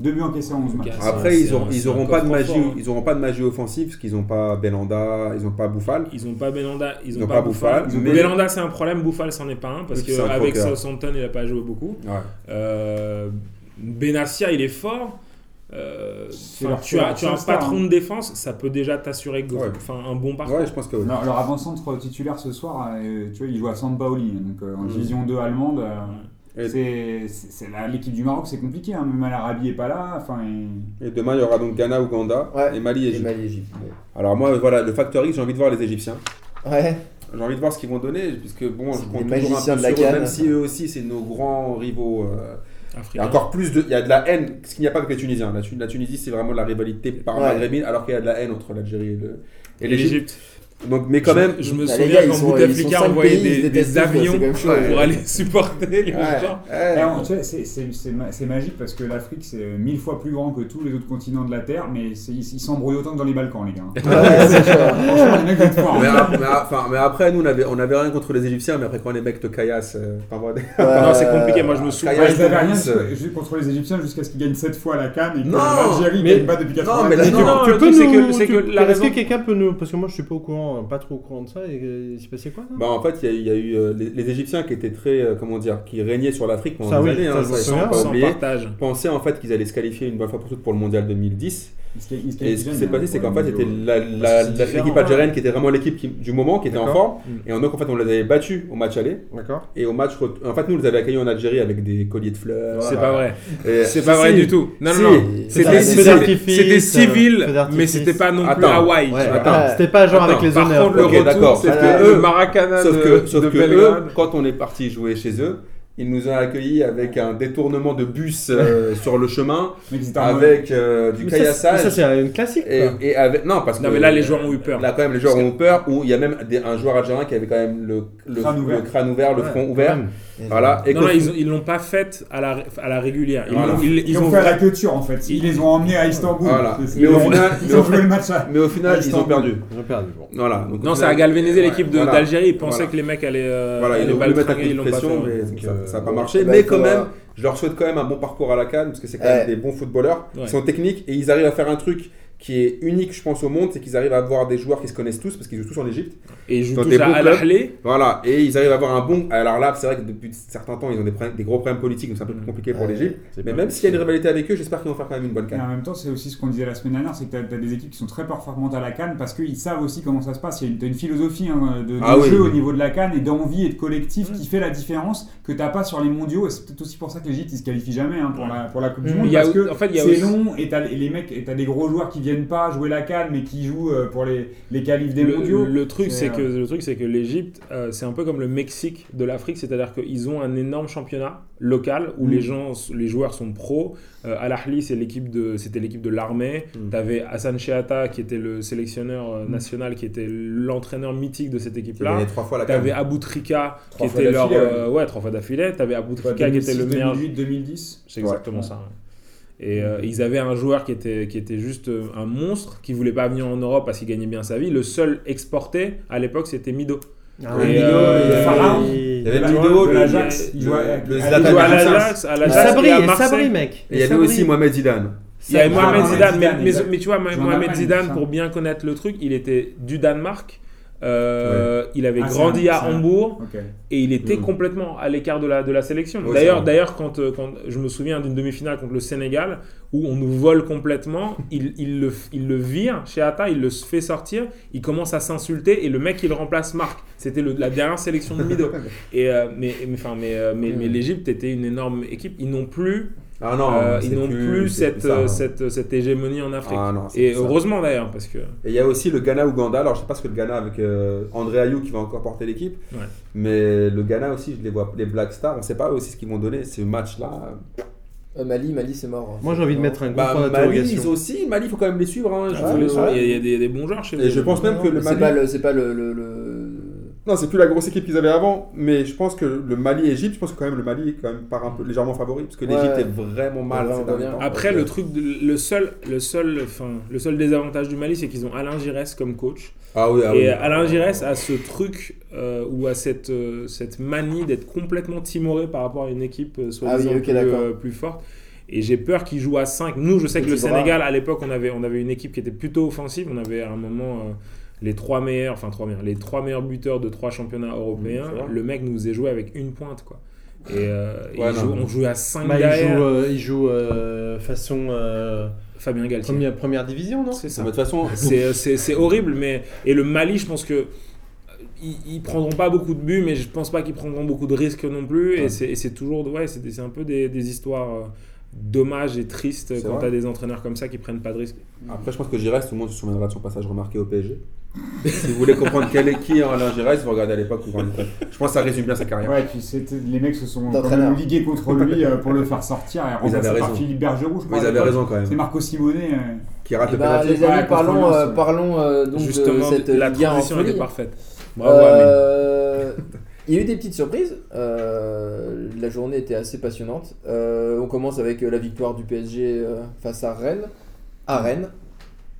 Deux buts encaissés en 11 matchs. Lucas. Après, Ah, c'est ils un- n'auront c'est ils un auront pas, de coffre magie- fort, hein. ils auront pas de magie offensive, parce qu'ils n'ont pas Belanda, ils n'ont pas Bouffal. Ils ont pas Belanda, ils Ils ont pas Bouffal. ils ont Belanda. Belanda, c'est un problème. Bouffal, c'en est pas un. Parce Oui, c'est un qu'avec croqueur. Southampton, il a pas joué beaucoup. Euh, Benassia, il est fort. Euh, C'est enfin, leur- tu as, leur tu as un star, patron hein. de défense, ça peut déjà t'assurer go- Ouais. enfin, un bon parcours. Ouais, je pense que oui. Leur, leur avant-centre titulaire ce soir, euh, tu vois, il joue à Sampaoli, donc euh, en Mm. division 2 allemande. euh, Et- c'est- c'est- c'est la- L'équipe du Maroc, c'est compliqué, hein, même Al-Arabi est pas là. Enfin, et- Et demain, il y aura donc Ghana, Ouganda Ouais. et Mali, Et Égypte. Mali, Égypte. Alors, moi, voilà, le facteur X, j'ai envie de voir les Égyptiens. Ouais. J'ai envie de voir ce qu'ils vont donner, puisque bon, je C'est compte des toujours un magiciens peu de la sur eux, Cannes. même si eux aussi, c'est nos grands rivaux. euh, Il y africain. a encore plus de, il y a de la haine, ce qu'il n'y a pas avec les Tunisiens. La, Tu- la Tunisie, c'est vraiment de la rivalité par Ouais. maghrébine, alors qu'il y a de la haine entre l'Algérie et, le- et Et l'Égypte. l'Égypte. Donc, mais quand Je- même, je, me Bah, les souviens gars, ils qu'en sont- bout ils sont d'Afrique, cinq on voyait pays, ils se des, des détestent tous, quoi, avions c'est quand même chaud, pour ouais. aller supporter les Ouais, hein. gens. ouais. Eh, on- tu vois, c'est- c'est- c'est ma- c'est magique parce que l'Afrique, c'est euh, mille fois plus grand que tous les autres continents de la Terre, mais c'est- ils ils s'embrouillent autant que dans les Balkans, les gars. Ouais, c'est chaud. Franchement, les mecs de hein. toi. mais, a- mais a- enfin, mais après, nous, on avait, on avait rien contre les Égyptiens, mais après, quand les mecs te caillassent, euh, par voie de- Non, c'est Euh, compliqué. Moi, je me souviens. Kaya, ils n'avaient rien Stevens, euh, jusqu- contre les Égyptiens jusqu'à ce qu'ils gagnent 7 fois la Cannes et que Non, l'Algérie ne mais- gagne pas depuis non, 80 mais là, Mais non, tu, non, tu le peux truc, c'est nous- que- c'est tu- que la Est-ce que raison- quelqu'un peut nous. Parce que moi je suis pas au courant, euh, pas trop au courant de ça. Et, euh, il s'est passé quoi là Bah, en fait, il y a eu- il y, a eu euh, les, les Égyptiens qui étaient très, euh, comment dire, qui régnaient sur l'Afrique pendant Ça, des oui, années. ça, hein, je me ça, souviens, faut pas sans oublier. partage. pensaient en fait qu'ils allaient se qualifier une bonne fois pour toutes pour le mondial 2010. Et ce qui s'est passé, c'est qu'en fait, c'était la- la- Parce que c'est la- l'équipe différent, algérienne qui était vraiment l'équipe qui- du moment, qui était en D'accord. forme. Mm. Et donc, en fait, on les avait battus au match aller. D'accord. Et au match. ret- En fait, nous, on les avait accueillis en Algérie avec des colliers de fleurs. C'est pas vrai. Et- C'est pas Si, vrai si. du tout. Non, Si. non, non. Et- C'est C'était- un Ouais, feu C'était d'artifice, c'était un feu civil, d'artifice. mais c'était pas non plus Attends. Hawaï. tu Ouais, vois. attends. C'était pas genre avec les Par honneurs. contre, le Ok, retour, d'accord. c'était Sauf que le eux- Maracana Sauf de, que, sauf de que Belgrade. eux, quand on est parti jouer chez eux, ils nous ont accueillis avec un détournement de bus euh, sur le chemin, Avec... avec euh, du Mais ça, c'est- mais Ça, caillassage. c'est un classique. Et, quoi. et avec. Non, parce Non, que. mais là, les joueurs ont eu peur. Là, quand même, les joueurs ont peur. Où il y a même des- un joueur algérien qui avait quand même le, le, Crâne le ouvert. crâne ouvert, le Ouais, front ouvert. quand même. Voilà. Et non, qu'au- non, ils ont- ils l'ont pas faite à la, à la régulière. Ils Voilà. l'ont- ils- Ils, ils ont, ont fait la culture en fait. Ils les ont emmenés à Istanbul. Voilà. C'est- c'est- Mais au ils ont- final- mais ils au ont joué le match à. Mais au final, Ouais, ils ont Istanbul. perdu. Ils ont perdu. Bon. Voilà. donc au Non, final- ça a galvanisé Ouais, l'équipe de- voilà. d'Algérie. Ils pensaient Voilà. que les mecs allaient, euh, Voilà, ils allaient ont pas voulu le mettre un traquer, coup ils de l'ont pas fait. pression, ouais. mais Donc, ça- euh, ça n'a pas bon, marché. bah, mais il quand faut même, voir. je leur souhaite quand même un bon parcours à la Cannes, parce que c'est quand Ouais. même des bons footballeurs. Ouais. Ils sont techniques et ils arrivent à faire un truc qui est unique, je pense, au monde, c'est qu'ils arrivent à avoir des joueurs qui se connaissent tous, parce qu'ils jouent tous en Égypte. Et ils jouent Dans tous des à bons Al clubs. Ahly. Voilà, et ils arrivent à avoir un bon. Alors là, c'est vrai que depuis certains temps, ils ont des, problèmes- des gros problèmes politiques, donc c'est un Mm. peu plus compliqué pour Ouais. l'Égypte. Mais même s'il y a une rivalité avec eux, j'espère qu'ils vont faire quand même une bonne Et Cannes. en même temps, c'est aussi ce qu'on disait la semaine dernière, c'est que tu as, des équipes qui sont très performantes à la Cannes parce qu'ils savent aussi comment ça se passe. Il y a une, t'as une philosophie hein, de, de Ah oui, jeu oui. au niveau de la Cannes et d'envie et de collectif Mm. qui fait la différence que tu pas sur les mondiaux. Et c'est peut-être aussi pour ça que l'Égypte, ils se qualifient jamais hein, pour, la, pour la Coupe du Mm. Monde Il y a parce au- que en fait, il y a c'est aussi- long et t'as- et les mecs, et t'as des gros joueurs qui viennent pas jouer la Cannes mais qui jouent euh, pour les, les qualifs des mondiaux. Le, le truc, C'est, c'est que le truc, c'est que l'Égypte, euh, c'est un peu comme le Mexique de l'Afrique, c'est-à-dire qu'ils ont un énorme championnat local où Mm. les gens, les joueurs sont pros. Euh, Al Ahly, c'est l'équipe de, c'était l'équipe de l'armée. Mm. T'avais Hassan Sheata qui était le sélectionneur Mm. euh, national, qui était l'entraîneur mythique de cette Ils ont équipe-là. gagné trois fois la Cannes. T'avais Abou Trika qui Trois fois était leur d'affilée, euh, ouais trois fois d'affilée. T'avais Abou Trika qui était le meilleur 2008, 2010. c'est Ouais. exactement ça. ouais. Et euh, ils avaient un joueur qui était, qui était juste euh, un monstre, qui voulait pas venir en Europe parce qu'il gagnait bien sa vie. Le seul exporté à l'époque, c'était Mido. Ah, Et, oui, euh, il y avait- Pharaon. Il y avait De la- Mido, de le- l'Ajax, le- il jouait- le il Zlatan Il jouait jouait à Ibrahimovic. l'Ajax, à Et l'Ajax, Sabri, et à et Marseille. Sabri, mec. Et il y avait Sabri. aussi Mohamed Zidane. Il y avait Sabri, Mohamed Mohamed Zidane, mais, Zidane, mais- exact. mais tu vois, J'en Mohamed ai pas Zidane, mis ça. pour bien connaître le truc, il était du Danemark. Euh, Il avait Ah, c'est grandi un- à c'est un- Hambourg Ok. et il était Mm. complètement à l'écart de la, de la sélection. Oui, c'est d'ailleurs, vrai. d'ailleurs quand, euh, quand je me souviens d'une demi-finale contre le Sénégal où on nous vole complètement, il, il, le, il le vire chez Atta, il le fait sortir, il commence à s'insulter et le mec il remplace Marc. C'était le- la dernière sélection de Mido. et, euh, mais mais, enfin, mais, euh, mais, mais l'Égypte était une énorme équipe. Ils n'ont plus, Ah non, euh, c'est ils n'ont plus, c'est cette, ça. hein. euh, cette, cette hégémonie en Afrique. Ah non, c'est et plus ça. heureusement d'ailleurs parce que Et il y a aussi le Ghana-Ouganda. Alors, je sais pas ce que le Ghana avec euh, André Ayou qui va encore porter l'équipe. Ouais. Mais le Ghana aussi, je les vois, les Black Stars, on sait pas aussi ce qu'ils vont donner. Ce match-là. Euh, Mali, Mali, c'est mort. Moi j'ai envie de mettre un gros Bah, point Mali, ils d'interrogation. ont aussi. Mali, il faut quand même les suivre. hein. il Je Ah, trouve. oui, y a- ouais. il y, a des- des bons joueurs chez Et je eux. pense même que le C'est Mali. pas le, c'est pas le, le, le- Non, c'est plus la grosse équipe qu'ils avaient avant. Mais je pense que le Mali-Égypte, je pense que quand même le Mali est quand même par un peu légèrement favori. Parce que l'Égypte Ouais. est vraiment mal. Ouais, ces on derniers revient. Ah, temps. Après, Donc, le truc, de- le seul, le seul, enfin, le seul désavantage du Mali, c'est qu'ils ont Alain Giresse comme coach. Ah oui, ah oui. Et euh, Alain Giresse a ce truc euh, ou a cette, euh, cette manie d'être complètement timoré par rapport à une équipe euh, soi-disant Ah oui, ok, plus, d'accord. euh, plus forte. Et j'ai peur qu'ils jouent à 5. Nous, je sais que Petit le bras. Sénégal, à l'époque, on avait, on avait une équipe qui était plutôt offensive. On avait à un moment euh, les trois meilleurs, enfin trois meilleurs, les trois meilleurs buteurs de trois championnats européens. c'est vrai. le mec nous faisait jouer avec une pointe, quoi. Et, euh, et Ouais, il non, joue- mais- on jouait à 5 Bah, il derrière. joue, euh, il joue euh, façon euh, Bah, Fabien Galtier. première, première division, non C'est Mais ça. De toute façon, C'est- euh, C'est c'est horrible, mais. Et le Mali, je pense que. euh, Ils, ils prendront pas beaucoup de buts, mais je pense pas qu'ils prendront beaucoup de risques non plus. Et c'est- Et c'est toujours. Ouais, c'est des- c'est un peu des, des histoires euh, dommages et tristes C'est quand vrai. t'as des entraîneurs comme ça qui prennent pas de risques. après, je pense que Giresse, tout le monde se souviendra de son passage remarqué au PSG. si vous voulez comprendre quel est qui en Alain Giresse, vous regardez à l'époque. vous vous rendez compte. Je pense que ça résume bien sa carrière. Ouais, et puis c'était- les mecs se sont quand D'entraîneur. même ligués contre lui euh, pour le faire sortir et remplacer avaient par raison. Philippe Bergerou, je crois. Mais ils à avaient l'époque. raison quand C'est même. Marco Simonet. euh, Qui rate Eh le ben, penalty. les amis, Ouais, parlons, contre euh, Lens, parlons euh, donc de Justement, cette la Ligue 1 en transition était folie. parfaite. Bravo, Amine. Euh, Il y a eu des petites surprises. euh, la journée était assez passionnante. Euh, on commence avec euh, la victoire du PSG euh, face à Rennes. À Mm. Rennes.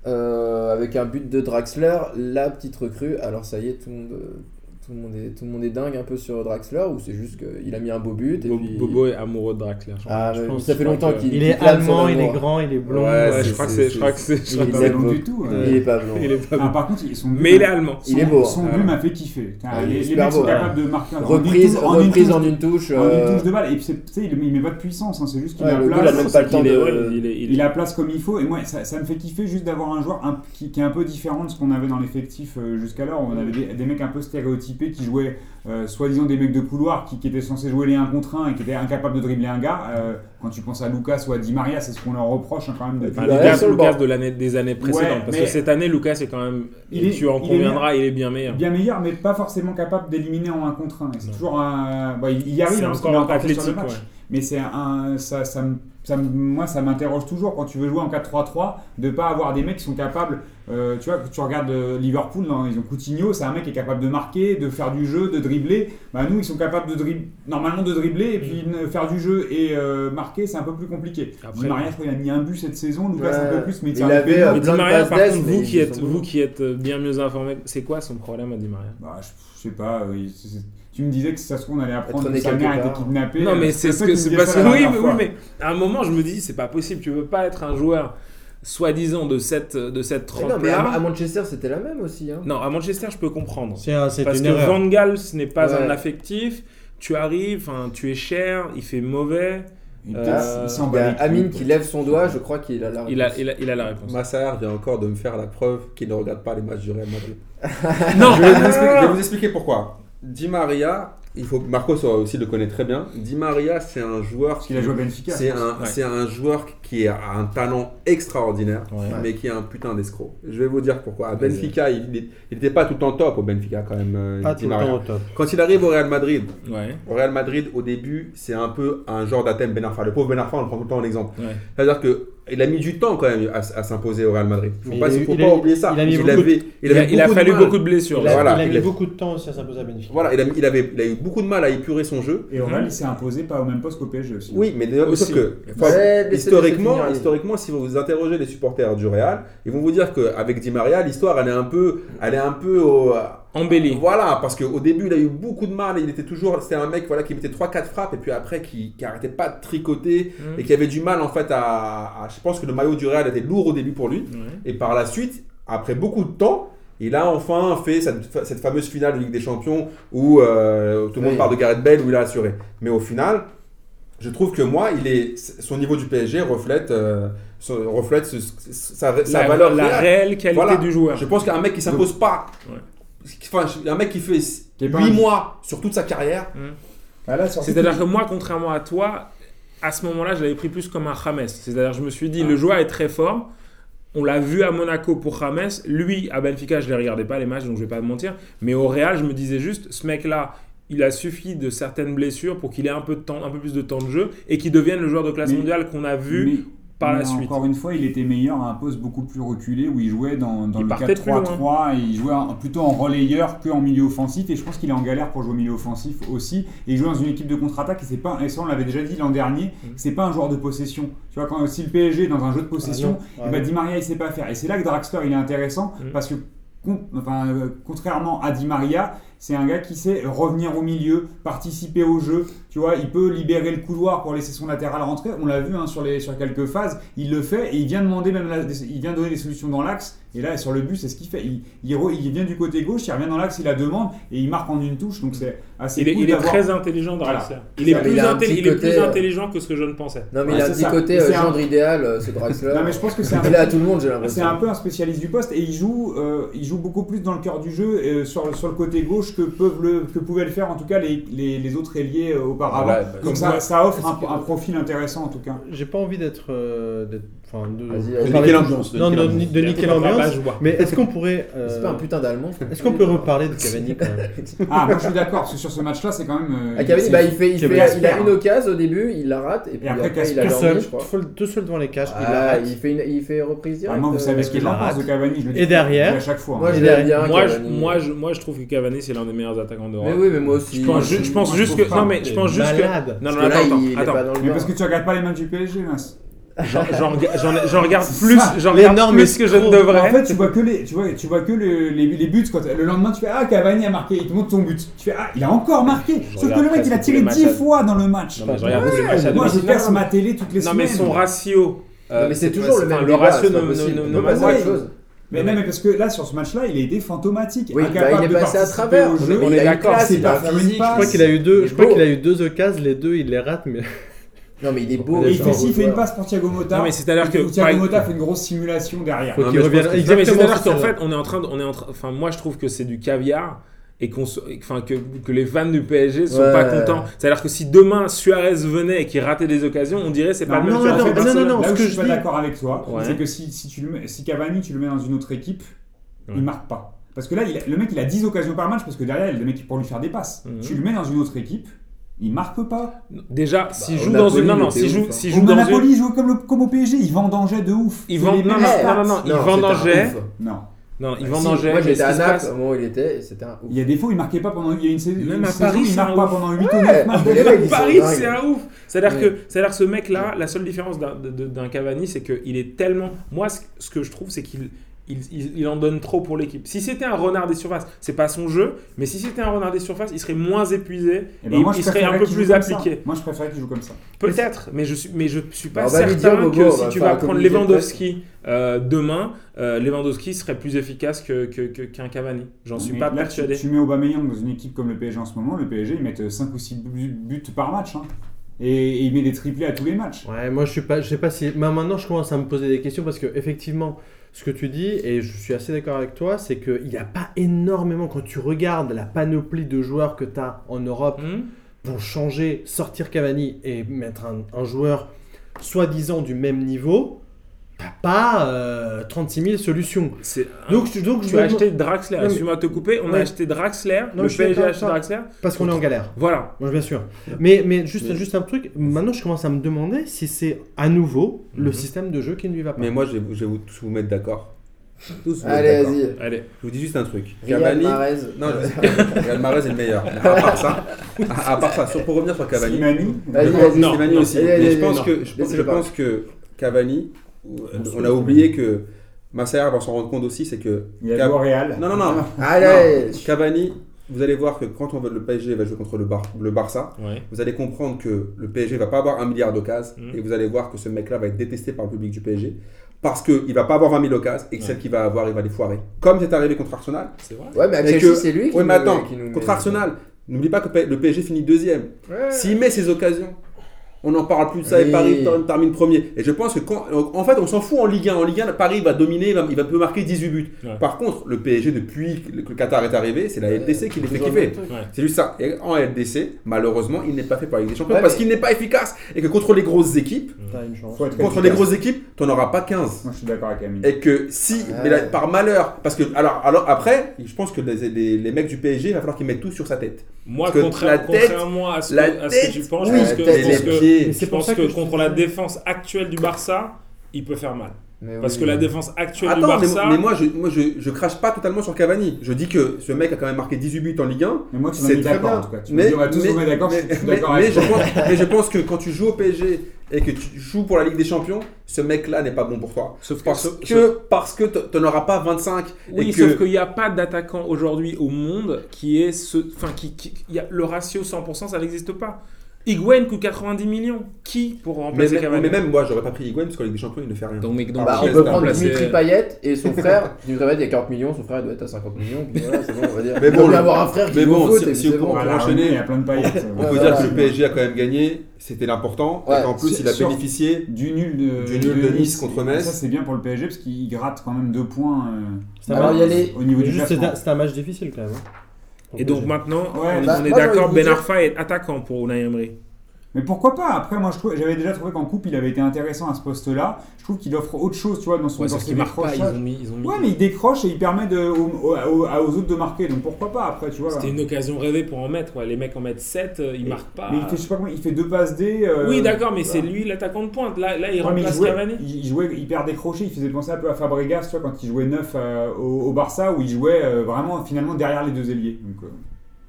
euh, avec un but de Draxler, la petite recrue. Alors ça y est, tout le monde, euh, tout le monde, est, tout le monde est dingue un peu sur Draxler ou c'est juste qu'il a mis un beau but et Bo- puis- Bobo est amoureux de Draxler. je crois. Ah, Je mais pense- ça je fait crois longtemps que- qu'il Il est clame son allemand, il est amour. grand, il est blond. Ouais, Ah, Ouais, je c'est- crois que c'est- c'est. je crois que c'est- je Il crois est que pas beau. bon du tout. euh. Il est pas blanc. c'est- Il est pas Ah, bon. par contre, ils sont Mais il est allemand. Son- Il est beau, hein. Son Ah but ouais. m'a fait kiffer. Putain, Ah, il est les les super mecs sont beau, ouais. capables de marquer en une Reprise, touche- reprise en touche- une touche. en une euh, touche de balle. Et puis, c'est- tu sais, il il met pas de puissance, hein, c'est juste qu'il Ouais, a le goal a place. même pas le temps Il est- de- ouais, il est- il- Il a place comme il faut et moi ça, ça me fait kiffer juste d'avoir un joueur un- qui, qui est un peu différent de ce qu'on avait dans l'effectif euh, jusqu'alors. On avait des, des mecs un peu stéréotypés qui jouaient euh, soi-disant des mecs de couloir qui, qui étaient censés jouer les 1 contre 1 et qui étaient incapables de dribbler un gars. Euh, quand tu penses à Lucas ou à Di Maria, c'est ce qu'on leur reproche hein, quand même. Et De, puis Enfin, Bah, Lucas, sur le Lucas banc. de l'année des années précédentes. parce que mais- cette année, Lucas est quand même. Il est- tu en il est conviendras, il est bien meilleur. bien meilleur, mais pas forcément capable d'éliminer en 1 contre 1. Et C'est Non. toujours un. bon, il il y arrive C'est hein, parce encore qu'il est un peu fait sur le athlétique. match. ouais. Mais c'est un, ça, ça, me- ça me- moi, ça m'interroge toujours quand tu veux jouer en 4-3-3, de pas avoir des mecs qui sont capables. euh, tu vois, que tu regardes euh, Liverpool, non, ils ont Coutinho, c'est un mec qui est capable de marquer, de faire du jeu, de dribbler. Bah, nous, ils sont capables de dribbler, normalement de dribbler et puis Mm. ne- faire du jeu et euh, marquer, c'est un peu plus compliqué. Après- Di Maria, je crois, il a mis un but cette saison, Lucas Ouais. un peu plus, mais Il tire avait, les pénaux. euh, Mais Plein Di de Maria, passes par d'Est, contre, mais vous qui, ils êtes, sont bons. vous qui êtes bien mieux informé, c'est quoi son problème à Di Maria Bah, je, je sais pas, euh, il- c'est- c'est- tu me disais que si ça se trouve, on allait apprendre né que sa quelque mère était part. kidnappée. Non, Euh, mais c'est ce toi que qui me c'est disais parce ça que la oui, dernière mais, oui, fois. mais à un moment, je me dis, c'est pas possible. Tu veux pas être un joueur soi-disant de cette de cette Mais non, mais à, à trempe-là. Manchester, c'était la même aussi. Hein. Non, à Manchester, je peux comprendre. C'est un- c'est Parce une que erreur. Van Gaal, ce n'est pas Ouais. un affectif. Tu arrives, enfin, tu es cher, il fait mauvais. Il Euh, passe, bah, il s'en Il y bat a les couilles, Amine quoi. qui lève son doigt, je crois qu'il a la Il a, réponse. il a, il a la réponse. Massard vient encore de me faire la preuve qu'il ne regarde pas les matchs du Real Madrid. Non, Je vais, vous expliquer, je vais vous expliquer pourquoi. Di Maria, il faut, Marco ça aussi le connaît très bien. Di Maria, c'est un joueur Parce qu'il a joué à Benfica. C'est un, Ouais. c'est un joueur qui a un talent extraordinaire, Ouais. mais qui est un putain d'escroc. Je vais vous dire pourquoi. À Benfica, il n'était pas tout le temps top au Benfica quand même. euh, Pas Di tout le Maria. temps au top. Quand il arrive au Real Madrid, Ouais, au Real Madrid, au début, c'est un peu un genre d'athème Ben Arfa. Le pauvre Ben Arfa, on le prend tout le temps en exemple. ouais. C'est-à-dire que il a mis du temps quand même à, s- à s'imposer au Real Madrid. Faut Mais pas, il a- faut il pas a- oublier ça. il a mis beaucoup avait, il Il a, avait il a beaucoup de fallu mal. beaucoup de blessures. Il a, là. Voilà, il a il mis a- beaucoup de temps aussi à s'imposer à Benfica. Voilà, il a, il avait, il a eu beaucoup de mal à épurer son jeu. Et Mmh. Aurel, il s'est imposé pas au même poste qu'au PSG aussi. Oui, mais d'ailleurs, Aussi. sauf que Ouais, laissez- laissez historiquement, finir, allez. historiquement, si vous interrogez les supporters du Real, ils vont vous dire qu'avec Di Maria, l'histoire, elle est un peu, elle est un peu au- Embelli. voilà, parce qu'au début, il a eu beaucoup de mal. Il était toujours, c'était un mec, voilà, qui mettait 3-4 frappes et puis après, qui, qui arrêtait pas de tricoter Mhm. et qui avait du mal en fait à, à- je pense que le maillot du Real était lourd au début pour lui. Ouais. Et par la suite, après beaucoup de temps, il a enfin fait cette, cette fameuse finale de Ligue des Champions où euh, tout le monde Oui. parle de Gareth Bale, où il a assuré. Mais au final, je trouve que moi, il est, son niveau du PSG reflète, euh, son- reflète ce- sa, sa la, valeur la réelle. réelle qualité Voilà. du joueur. Je pense qu'un mec qui s'impose pas, Ouais. enfin, un mec qui fait est 8 pas un- mois sur toute sa carrière, Ah, là, surtout- C'est-à-dire que moi, contrairement à toi, à ce moment-là, je l'avais pris plus comme un James. C'est-à-dire, je me suis dit, le joueur est très fort. On l'a vu à Monaco pour James. Lui, à Benfica, je ne les regardais pas les matchs, donc je ne vais pas mentir. Mais au Real, je me disais juste, ce mec-là, il a suffi de certaines blessures pour qu'il ait un peu, de temps, un peu plus de temps de jeu et qu'il devienne le joueur de classe Mais- mondiale qu'on a vu Mais- par la mais suite. Encore une fois, il était meilleur à un poste beaucoup plus reculé où il jouait dans, dans Il le partait plus 4-3-3 et il jouait en- plutôt en relayeur qu'en milieu offensif. Et je pense qu'il est en galère pour jouer au milieu offensif aussi. Et il jouait dans une équipe de contre-attaque et c'est pas, et ça on l'avait déjà dit l'an dernier, Mmh. c'est pas un joueur de possession. Tu vois, quand, si le PSG est dans un jeu de possession, Ah non. et bah, Di Maria il sait pas faire. Et c'est là que Draxler il est intéressant Mhm. parce que con- enfin, euh, contrairement à Di Maria, C'est un gars qui sait revenir au milieu, participer au jeu. Tu vois, il peut libérer le couloir pour laisser son latéral rentrer. On l'a vu hein, sur, les, sur quelques phases. Il le fait et il vient demander même, la- il vient donner des solutions dans l'axe. Et là, sur le but, c'est ce qu'il fait. Il, il re- il vient du côté gauche, il revient dans l'axe, il la demande et il marque en une touche. Donc c'est assez Il est, cool il est d'avoir- très intelligent dans Voilà. l'axe. Il est, Ça, plus, il a un intelli- petit il est côté, plus euh, intelligent que ce que je ne pensais. Non, mais Ouais, il a un c'est petit ça. côté Mais euh, c'est un- gendre idéal, euh, ce Draxler. Non mais je pense que c'est un Il est à tout le monde, j'ai C'est un l'impression. peu un spécialiste du poste et il joue, euh, il joue beaucoup plus dans le cœur du jeu euh, sur, le, sur le côté gauche que, peuvent le, que pouvaient le faire en tout cas les, les, les autres ailiers euh, auparavant. Ouais, bah, Donc comme ça, quoi- ça offre un, Est-ce que- un profil intéressant en tout cas. J'ai pas envie d'être. euh, d'être- Enfin, de. Vas-y, on de parlait niquer tout- l'ambiance, de Non, niquer de, l'ambiance. de niquer l'ambiance. Mais est-ce qu'on pourrait. euh, C'est pas un putain d'allemand. Est-ce qu'on peut reparler de Cavani quand même Ah moi je suis d'accord parce que sur ce match là c'est quand même... euh, Ah, Cavani, c'est- bah, il, fait, il, c'est fait- Casper, il a hein. une occasion au début, il la rate, et puis après, après, il Casper a Tout dormi, seul, je crois. tout- tout seul devant les cages. il Ah, arrête. il, fait une, il fait reprise Ah, directe. moi vous savez ce que euh, qu'il j'en la pense de rate. Cavani, je le dis Et derrière- à chaque fois. hein. Moi, je Moi, l'aime bien. Moi je, Cavani. moi, je, moi, je trouve que Cavani, c'est l'un des meilleurs attaquants d'Europe. Mais oui, mais moi aussi. Je pense, ju- je pense Moi, je juste trouve que. pas. Non, mais je pense juste Malade. que. Non, Parce non, que là, attends, il est attends. pas dans le Mais bain. parce que tu regardes pas les matchs du PSG, mince. J'en- J'en rega- j'en- j'en regarde C'est plus, ça. j'en regarde L'énorme plus que je ne escroc. devrais. En fait, tu vois que les, tu vois, tu vois que le- les, les buts. Quand, le lendemain, tu fais Ah, Cavani a marqué. Il te montre son but. Tu fais Ah, il a encore marqué. Sauf que regarde le mec, il a presque tiré tous les 10 matchs à- fois dans le match. Non, mais je regarde tous les matchs à Ah Moi, je domicile. perce ma télé toutes les Non, mais semaines. son ratio. euh, Non, mais c'est toujours pas- le enfin, même. Le débat, ratio c'est pas ne- possible. ne- On ne peut ne- passer à ouais. autre chose. Mais non, mais parce que là, sur ce match-là, il a été fantomatique. Oui, bah, incapable il est de passé à participer travers. au jeu. On est Il a d'accord, une classe, c'est il a pas fait une physique, je passe. Je crois qu'il a eu Il deux. est Je crois beau. qu'il a eu deux occasions, les deux il les rate, mais Non, mais il est beau. Et Et il fait, genre, si, il fait une joueur. passe pour Thiago Motta. Non, mais c'est-à-dire que- Ou Thiago par- Motta fait une grosse simulation derrière. faut Non, qu'il mais je revienne. pense que- Non, mais Exactement. C'est-à-dire sur qu'en celle-là. fait, on est en train de, on est en train- enfin, moi je trouve que c'est du caviar et qu'on se- et que- enfin, que, que les fans du PSG sont Ouais. pas contents. C'est-à-dire que si demain Suarez venait et qu'il ratait des occasions, on dirait c'est pas le même. non, Suarez non, que non, Barcelone. non, non. Là ce où que je je suis pas dis- d'accord avec toi, Ouais. c'est que si, si, tu le mets- si Cavani, tu le mets dans une autre équipe, Ouais. il marque pas. Parce que là, il a- le mec, il a 10 occasions par match parce que derrière, il y a le mec qui- pour lui faire des passes. Mhm. Tu le mets dans une autre équipe, il marque pas. Déjà, s'il au joue dans Napoli, une, non, non, il était s'il joue, ouf, hein. s'il Au joue dans Monaco, une, il joue comme, le- comme au PSG, il vendangeait de ouf. Il C'est vend- les non, mêmes non, stats. non, non, non, il Non, vendangeait, c'était un ouf. Non. Ah, non, il Si, vendangeait. Moi, mais j'étais ce à qui se Naples passe- au moment où il était, et c'était un ouf. Il y a des fois où il marquait pas pendant. Il y a une saison, Même une à saison, Paris, il c'est un marque pas ouf. pendant 8 ou 9 matchs. Mais les d'affilée. mecs, ils sont Paris, dingues. c'est un ouf. C'est-à-dire Ouais. que, c'est-à-dire que ce mec-là, la seule différence d'un- de- de- d'un Cavani, c'est qu'il est tellement. Moi, ce, ce que je trouve, c'est qu'il il, il- il en donne trop pour l'équipe. Si c'était un renard des surfaces, c'est pas son jeu, mais si c'était un renard des surfaces, il serait moins épuisé Eh et, ben, moi, je il serait préférais un peu qu'il plus joue comme ça. appliqué. Moi, je préférais qu'il joue comme ça. Peut-être, mais je suis, mais je suis pas Bah, on va lui certain dire, Bobo, on que si va tu faire vas un prendre communiqué de Lewandowski euh, demain, euh, Lewandowski serait plus efficace que que- que- qu'un Cavani. J'en suis Mais pas là, persuadé. Tu, tu mets Aubameyang dans une équipe comme le PSG en ce moment, le PSG ils mettent 5 ou 6 buts par match. hein. Et, et il met des triplés à tous les matchs. Ouais, moi je suis pas, je sais pas si. mais maintenant, je commence à me poser des questions parce que effectivement, ce que tu dis et je suis assez d'accord avec toi, c'est que il n'y a pas énormément quand tu regardes la panoplie de joueurs que tu as en Europe Hmm pour changer, sortir Cavani et mettre un, un joueur soi-disant du même niveau. T'as pas euh, 36 000 solutions. C'est Donc, Ah. tu- donc je Tu as me- acheté Draxler, Non, mais- excuse-moi de te couper, on Ouais. a acheté Draxler, Non, le je suis PSG a d'accord acheté avec Draxler. parce qu'on est en galère. Voilà. Moi, bien sûr. Mais, mais juste, Mais- juste un truc, maintenant je commence à me demander si c'est à nouveau le Mhm. système de jeu qui ne lui va pas. Mais moi, je vais, vous- je vais vous, tous vous mettre d'accord. Tous vous mettre Allez, d'accord. vas-y. Allez. Je vous dis juste un truc. Riyad Cavani. Mahrez. Non, je sais pas. Real Mahrez est le meilleur. Mais À part ça, à, à part ça sur- pour revenir sur Cavani. Slimani, Vas-y, Je vas-y. pense- Slimani non. aussi. Allez, Mais allez, je pense allez, que je pense, Laissez-le je parler. pense que Cavani, on a s'en oublié que Massaya va s'en rendre compte aussi, c'est que il y a Cap- le Real. non non non. Allez. Non. Cavani, vous allez voir que quand on va, le PSG va jouer contre le, Bar- le Barça, vous allez comprendre que le PSG va pas avoir un milliard d'occasions Mhm. et vous allez voir que ce mec-là va être détesté par le public du PSG parce qu'il va pas avoir 20 000 occasions et que Ouais. celles qu'il va avoir, il va les foirer. Comme c'est arrivé contre Arsenal. C'est vrai. Ouais, mais à Mais Chelsea, que- c'est lui qui Oui, mais nous- attends, qui nous met- contre Arsenal, n'oublie pas que P- le PSG finit deuxième. Ouais. S'il met ses occasions, on n'en parle plus de ça Oui. et Paris ter- termine premier. Et je pense que quand. euh, En fait, on s'en fout en Ligue 1. En Ligue 1, Paris va dominer, il va, il va peut marquer 18 buts. Ouais. Par contre, le PSG, depuis que le Qatar est arrivé, c'est la Ouais, LDC qui les fait toujours le kiffer. même truc. C'est juste ça. Et en LDC, malheureusement, il n'est pas fait par la Ligue des Champions Ouais, parce mais- qu'il n'est pas efficace. Et que contre les grosses équipes, T'as une chance. Faut être contre les efficace. grosses équipes, t'en auras pas 15 Moi, je suis d'accord avec Amine. et que si, Ouais. mais là, par malheur, parce que alors, alors après, je pense que les, les- les mecs du PSG, il va falloir qu'ils mettent tout sur sa tête. Moi, Parce que contraire- la tête- contrairement à ce, que, la à ce que tête- tu penses, oui, je pense la que, tête, je pense les que- pieds. Mais je c'est pour pense ça que que je contre te la dis- défense actuelle du Barça, il peut faire mal. Mais Parce oui. que la défense actuelle du Attends, mais, Barça. mais moi, je, moi je, je crache pas totalement sur Cavani. Je dis que ce mec a quand même marqué 18 buts en Ligue 1. Mais moi, tu m'as C'est mis très d'accord bien. en tout cas. Tu m'as dit, on va tous mais- se mettre d'accord, je suis- je suis mais- d'accord mais avec je toi. pense, mais je pense que quand tu joues au PSG et que tu joues pour la Ligue des Champions, ce mec-là n'est pas bon pour toi. Sauf que, Parce sauf- que, parce que tu n'en auras pas 25. Oui, et sauf que qu'il n'y a pas d'attaquant aujourd'hui au monde qui est ce. Enfin, qui, qui- il y a, le ratio 100%, ça n'existe pas. Higuain coûte 90 millions. Qui pour mais, remplacer même, Cavani mais même moi, j'aurais pas pris Higuain parce qu'en Ligue des Champions, il ne fait rien. Donc, mec, donc, Bah, Bah, qui on est peut remplacer- prendre remplacé Dimitri Payet et son frère. Dimitri Payet, il y a 40 millions, son frère, il doit être à 50 millions. Puis voilà, c'est bon, on va dire. Mais Il bon, faut bien le- avoir un frère qui mais joue au bon, foot, si- et si puis on c'est bon. comprend- Ah, la enchaîner. Roumée, Il y a plein de paillettes. On peut Ouais, dire voilà. que le PSG a quand même gagné, c'était l'important, Ouais, et qu'en plus c'est il a sûr. bénéficié. Du nul de, Du nul de Nice contre Metz. Ça, c'est bien pour le PSG parce qu'il gratte quand même deux points euh, C'est un Alors, match- il y a les- au niveau mais du juste, c'est classement. un- c'est un match difficile quand même. hein. Et donc maintenant, Ouais, on, bah, on est moi, j'ai d'accord, envie de Ben dire- Arfa est attaquant pour Unai Emery. Mais pourquoi pas Après, moi, je trouvais- j'avais déjà trouvé qu'en coupe, il avait été intéressant à ce poste-là. Je trouve qu'il offre autre chose, tu vois, dans son Ouais, dans sauf ses qu'il marque pas, ils décrochages. ont mis. ils ont mis- Ouais, mais il décroche et il permet de, aux, aux- aux autres de marquer. Donc pourquoi pas Après, tu vois. C'était une occasion rêvée pour en mettre. quoi. Les mecs en mettent 7, ils Et- marquent pas. Mais il fait, je sais pas comment, il fait deux passes D. euh, oui, d'accord, mais voilà. c'est lui l'attaquant de pointe. Là, là il Ouais, mais il remplace jouait, Cavani. il- il jouait hyper décroché, il faisait penser un peu à Fabregas, tu vois, quand il jouait neuf euh, au, au Barça, où il jouait euh, vraiment finalement derrière les deux ailiers. Donc, euh,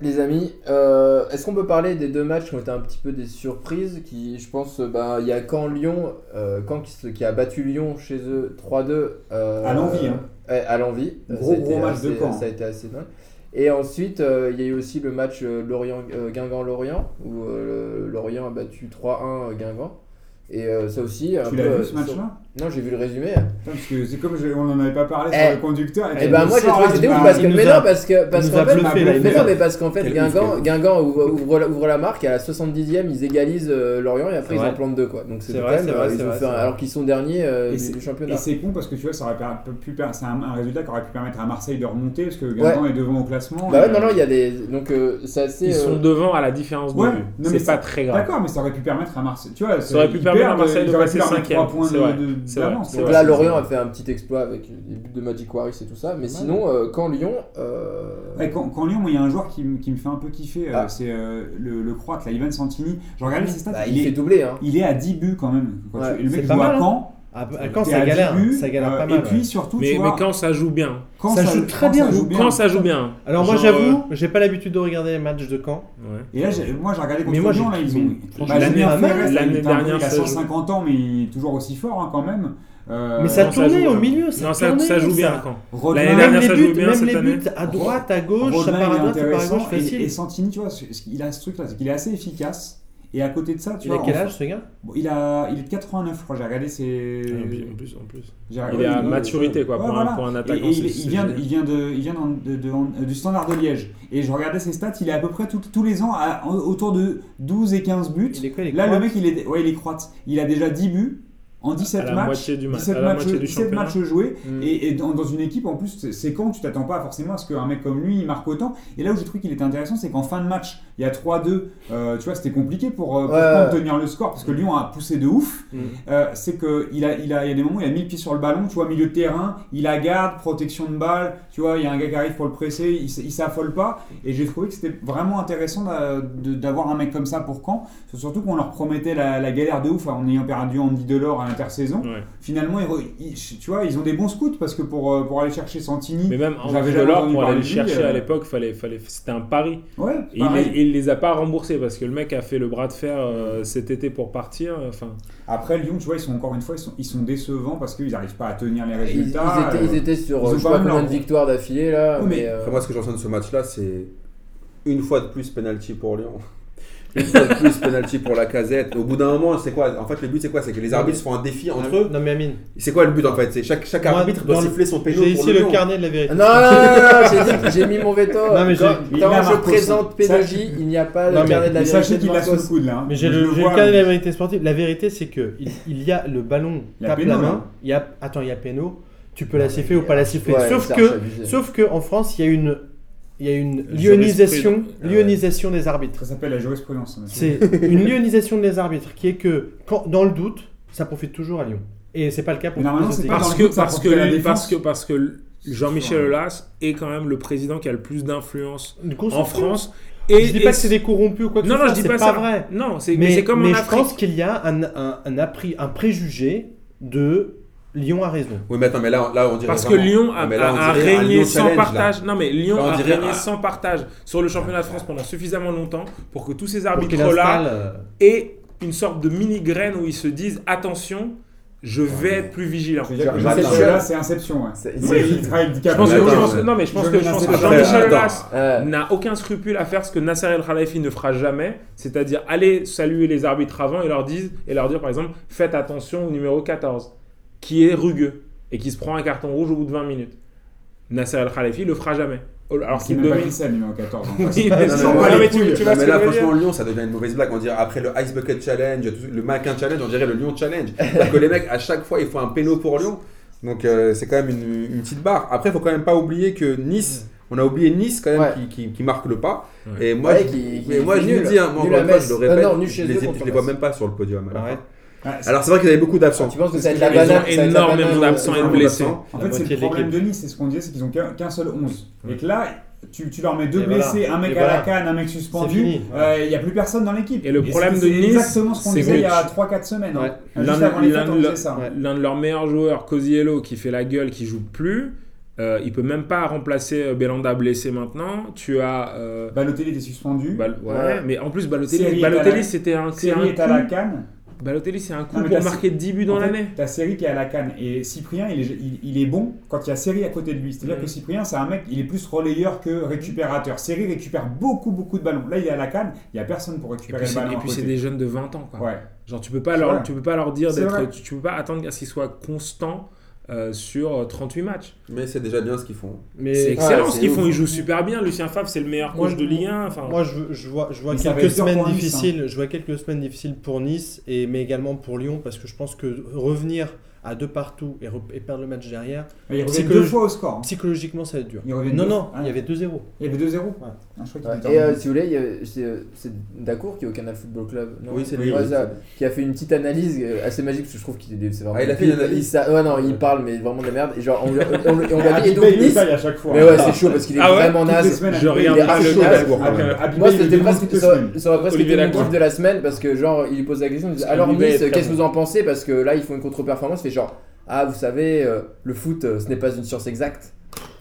Les amis, euh, est-ce qu'on peut parler des deux matchs qui ont été un petit peu des surprises qui, Je pense euh, bah, il y a Caen Lyon, euh, Caen qui, se- qui a battu Lyon chez eux 3-2 euh, À l'envie, hein. euh, ouais, à l'envie. Euh, Gros, ça a gros été match assez- de Caen. Ça a été assez dingue. Et ensuite, euh, il y a eu aussi le match euh, Lorient, euh, Guingamp-Lorient où euh, le- Lorient a battu 3-1 euh, Guingamp. Et euh, ça aussi. un tu peu, l'as euh, vu ce match-là Non, j'ai vu le résumé. Putain, Parce que c'est comme je- on en avait pas parlé Eh. sur le conducteur. Et tu ben me moi j'ai sors, trouvé là, que c'était tu bah, ouf parles- parce que il nous mais a- non parce que parce nous qu'en a fait bluffé, là, il mais nous non a- mais parce qu'en fait Quel Guingamp, ouf, Guingamp ouvre, ouvre la, ouvre la marque et à la 70e ils égalisent euh, Lorient et après C'est ils en vrai. plantent deux quoi donc c'est C'est quand vrai, même c'est vrai, euh, c'est ils ont vrai, fait un- c'est vrai. alors qu'ils sont derniers euh, Et du, du championnat Et c'est con parce que tu vois, ça aurait per- pu per- c'est un, un résultat qui aurait pu permettre à Marseille de remonter parce que Guingamp est devant au classement. bah et- ouais non non il y a des donc euh, c'est assez Ils sont euh, devant à la différence de Ouais, but. non, mais C'est pas ça- très grave. D'accord, mais ça aurait pu permettre à Marseille. Tu vois, c'est- aurait pu ils permettre à perdent, Marseille de ils auraient pu passer leur mettre cinquième, trois points c'est vrai, de- de- c'est vrai. d'avance, Donc tu donc vois, là c'est- Lorient a fait un petit exploit avec les buts de Magic Waris et tout ça mais sinon euh, quand Lyon euh, Ouais, quand, quand Lyon, moi, il y a un joueur qui, me- qui me fait un peu kiffer, euh, Ah. c'est euh, le, le croate, là, Ivan Santini. Je regardais ses stats, bah, il, il fait est, doubler hein il est à 10 buts quand même. Quand tu- Ouais, le c'est mec pas joue mal, à hein. Caen, À, à Caen, t'es ça à 10 galère. buts, ça galère euh, pas mal. Et puis ouais. surtout, Mais, tu mais vois, quand ça joue bien, quand Ça joue très quand bien, ça joue quand ça joue bien. Alors moi Genre, j'avoue, j'ai pas l'habitude de regarder les matchs de Caen. euh, ouais. Et là, j'ai- moi, j'ai regardé contre Mais moi, Lyon, j'ai- là, ils ont. franchement, Bah, l'année- Julien Ferret, ça, l'année il est un peu- dernière, Il a ça joue. 150 ans, mais il est toujours aussi fort hein, quand même. Euh, Mais ça Non, tournait joue au bien. milieu, ça Non, ça, tournait, ça joue ça. bien quand. Rodman- l'année Même dernière, les ça buts, jouait bien même cette les année. buts à droite, à gauche, ça Rodman, part il à est droite, ça part à intéressant. gauche, et, et facile. Santini, tu vois, ce- ce- il a ce truc-là, c'est qu'il est assez efficace. Et à côté de ça, tu Il a vois, quel en- âge ce gars bon, il, a, il est de 89, je crois. J'ai regardé ses. Ah, Et puis, En plus, en plus. j'ai- Il ouais, est à il- maturité quoi Ouais, pour, un, voilà. pour un attaquant. Et- et c'est- il, il c'est vient, génial. il vient, de, il vient d'en- de- de- du Standard de Liège. Et je regardais ses stats, il est à peu près tout- tous les ans à- autour de 12 et 15 buts. Il est quoi il est Là, croate le mec, il est, ouais, il est croate. Il a déjà 10 buts en 17 à la matchs. moitié du match, 17, à la matchs, moitié du 17 championnat. matchs joués Mm. et, et dans, dans une équipe en plus c'est- c'est quand tu t'attends pas forcément à ce qu'un mec comme lui il marque autant et là où j'ai trouvé qu'il était intéressant c'est qu'en fin de match il y a 3-2 euh, tu vois c'était compliqué pour, euh, pour Ouais, Caen de ouais. tenir le score parce que Lyon a poussé de ouf Mm. Euh, c'est que il a, il, a, il y a des moments où il a mis le pied sur le ballon tu vois milieu de terrain il la garde protection de balle tu vois il y a un gars qui arrive pour le presser il, s- il s'affole pas et j'ai trouvé que c'était vraiment intéressant d'a- de- d'avoir un mec comme ça pour Caen surtout qu'on leur promettait la, la galère de ouf en ayant perdu Andy Delors à l'intersaison Ouais. finalement, ils re- ils- tu vois, ils ont des bons scouts parce que pour, euh, pour aller chercher Santini, Mais même en J'avais plus de jamais l'or, entendu pour aller parler le de lui, chercher euh. à l'époque, fallait, fallait, c'était un pari. ouais, Et il, pareil. les, il les a pas remboursés parce que le mec a fait le bras de fer euh, cet été pour partir. Enfin, Après Lyon, tu vois, ils sont encore une fois, ils sont, ils sont décevants parce qu'ils n'arrivent pas à tenir les ils, ils résultats. étaient, ils étaient sur ils ont euh, je sais quand pas même combien leur- de victoires d'affilée là Oui, mais- mais euh, Après, moi, ce que je retiens de ce match-là, c'est une fois de plus penalty pour Lyon. Une fois de plus penalty pour la casette. Au bout d'un moment, c'est quoi En fait, le but, c'est quoi C'est que les arbitres se font un défi entre eux. Non mais Amine, C'est quoi le but en fait C'est chaque, chaque Moi, arbitre doit dans le- siffler son péno j'ai pour ici le le Lyon. carnet de la vérité. Non, non, non, non, non, j'ai dit- j'ai mis mon veto. Non, mais j'ai- quand il quand a je Marcos, présente hein. Pédogie, il n'y a pas Non, le mais- carnet de la Mais sachez vérité de qu'il a sous le Marcos. coude là. hein. Mais j'ai Je le, j'ai le vois, carnet de mais- la vérité sportive. La vérité, c'est que il, il y a le ballon Il y a tape péno, la main. là. Il y a attends, il y a péno. Tu peux la siffler ou pas la siffler. Ouais, sauf c'est que abusé. sauf que en France, il y a une il y a une Le lionisation jurisprudence. lionisation des arbitres. Ça s'appelle la jurisprudence. hein. C'est une lionisation des arbitres qui est que quand dans le doute, ça profite toujours à Lyon. Et c'est pas le cas Mais pour normalement, toutes les c'est équipes. dans parce le que, but, ça parce que, porte à la lui- défense. parce que, parce que Jean-Michel hein. Ouais. Aulas est quand même le président qui a le plus d'influence Une grosse en influence. France. Et, Oh, je dis et pas que c'est des corrompus ou quoi que non, ce non, soit, je dis c'est pas, pas, ça. vrai. Non, c'est mais, c'est comme mais en je pense Afrique. qu'il y a un, un, un, appris- un préjugé de Lyon a raison. Oui, mais attends, mais là, là on dirait. Parce que vraiment- Lyon a, Ah, mais là, on a- a dirait un régné Lyon sans challenge, là. partage. Non, mais Lyon Là, on a dirait régné un- sans partage sur le championnat de France pendant suffisamment longtemps pour que tous ces Pour qu'il arbitres-là installe, euh, aient une sorte de mini-graine où ils se disent attention, je vais Ouais. être plus vigilant. veux dire que Je Jean-Michel- m'attends. Là, c'est Inception. ouais. C'est- C'est c'est- Drive Je pense que, DiCaprio. je pense que- non, mais je pense que, je pense que Après, Jean-Michel attends. Aulas Euh, n'a aucun scrupule à faire ce que Nasser El Khalafi ne fera jamais, c'est-à-dire aller saluer les arbitres avant et leur, dire, et leur dire par exemple faites attention au numéro 14, qui est rugueux et qui se prend un carton rouge au bout de 20 minutes. Nasser El Khalafi le fera jamais. Alors C'est qu'il même pas domine. qui c'est, le numéro 14. en fait. Oui, mais Non, c'est- mais non, voilà. mais tu, tu vois Non, mais ce que là, je veux dire franchement, Lyon, ça devient une mauvaise blague. On dirait après le Ice Bucket Challenge, tout- le Maquin Challenge, on dirait le Lyon Challenge. Parce que les mecs, à chaque fois, ils font un péno pour Lyon. Donc, euh, c'est quand même une, une petite barre. Après, faut quand même pas oublier que Nice, on a oublié Nice quand même Ouais. qui, qui- qui marque le pas. Ouais. Et moi, Ouais, je, qui- qui- mais moi, je nul. le dis, hein, moi, Nul encore à une fois, je Metz. le Euh, répète, non, nul chez je les, eux ai- contre je les vois Metz. même pas sur le podium. à la Ouais. fin. Ah, c'est- Alors, c'est vrai qu'il y avait beaucoup d'absents. tu penses que ça va être la Ils banane ont ça va être la énormément banane au- d'absents et au- de blessés. En La fait, c'est moitié le de problème l'équipe. de Nice, c'est ce qu'on disait, c'est qu'ils ont qu'un qu'un seul 11. Ouais. Et que là, tu, tu leur mets deux Et blessés, voilà. un mec Et à voilà. la canne, un mec suspendu, euh, fini. il n'y a plus personne dans l'équipe. Et le problème c'est- de c'est Nice, exactement ce qu'on c'est disait que- il y a 3-4 semaines. hein. Ouais. Juste L'un- avant les l'un- fêtes, on disait le- ça. hein. ouais. L'un de leurs meilleurs joueurs, Cosiello, qui fait la gueule, qui joue plus, euh, il peut même pas remplacer euh, Belanda blessé maintenant. Tu as. euh, Balotelli était suspendu, Bal- ouais, Ouais. mais en plus, Balotelli, Série est à Balotelli la- c'était un, c'est Série un est à la coup. canne. Balotelli, c'est un coup Non, mais pour t'as- marquer 10 buts dans En fait, l'année. T'as Série qui est à la canne et Cyprien, il est, il, il est bon quand il y a Série à côté de lui. C'est-à-dire Mhm. que Cyprien, c'est un mec, il est plus relayeur que récupérateur. Série récupère beaucoup, beaucoup de ballons. Là, il est à la canne, il n'y a personne pour Et récupérer puis, le c'est- ballon. et à puis, c'est côté. des jeunes de 20 ans. Quoi. Ouais. Genre, tu peux pas C'est leur, vrai. tu peux pas leur dire C'est d'être. vrai. Tu, tu peux pas attendre à ce qu'ils soient constants euh, sur euh, 38 matchs. Mais c'est déjà bien ce qu'ils font. Mais C'est excellent ouais, ce c'est qu'ils ouf. font. Ils jouent super bien. Lucien Favre, c'est le meilleur Moi, coach de je- Ligue 1. Enfin, Moi, je, veux- je vois, je vois Mais ça va quelques être dur semaines pour Nice, hein. difficiles. Je vois quelques semaines difficiles pour Nice et mais également pour Lyon parce que je pense que revenir à deux partout et, re- et perdre le match derrière, Mais il C'est revient que deux je- fois au score. hein. psychologiquement, ça va être dur. Il revient Non, deux- non, Ah, il y avait 2-0. il y avait 2-0. Ah, je crois qu'il Ouais. était Et en- euh, si vous voulez, il y a- c'est euh, c'est Dacour qui est au Canal Football Club. non Oui, c'est lui, Ouais, oui. ça, qui a fait une petite analyse euh, assez magique parce que je trouve qu'il est. c'est vraiment- Ah, il a fait une analyse. Ah, il sa- ouais, non, il parle, mais vraiment de la merde. Et genre, on lui a- on lui- on lui a dit. Habibé, Et donc, il Nice. détaille à chaque fois. Mais ouais, c'est chaud parce qu'il est Ah ouais vraiment Toutes les naze. semaines, je Habibé, regarde il est pas archi le chaud, match. Dacour, quand Habibé, même. Habibé, Moi, il c'était démonte presque, toutes les ça, semaines. ça aurait presque Olivier été mon Lacroix. kiff de la semaine parce que, genre, il lui pose la question. il dit, Parce Alors, qu'Olivier est Nice, très qu'est-ce que vous bon. en pensez Parce que là, ils font une contre-performance. Il Fait genre, ah, vous savez, euh, le foot, euh, ce n'est pas une science exacte.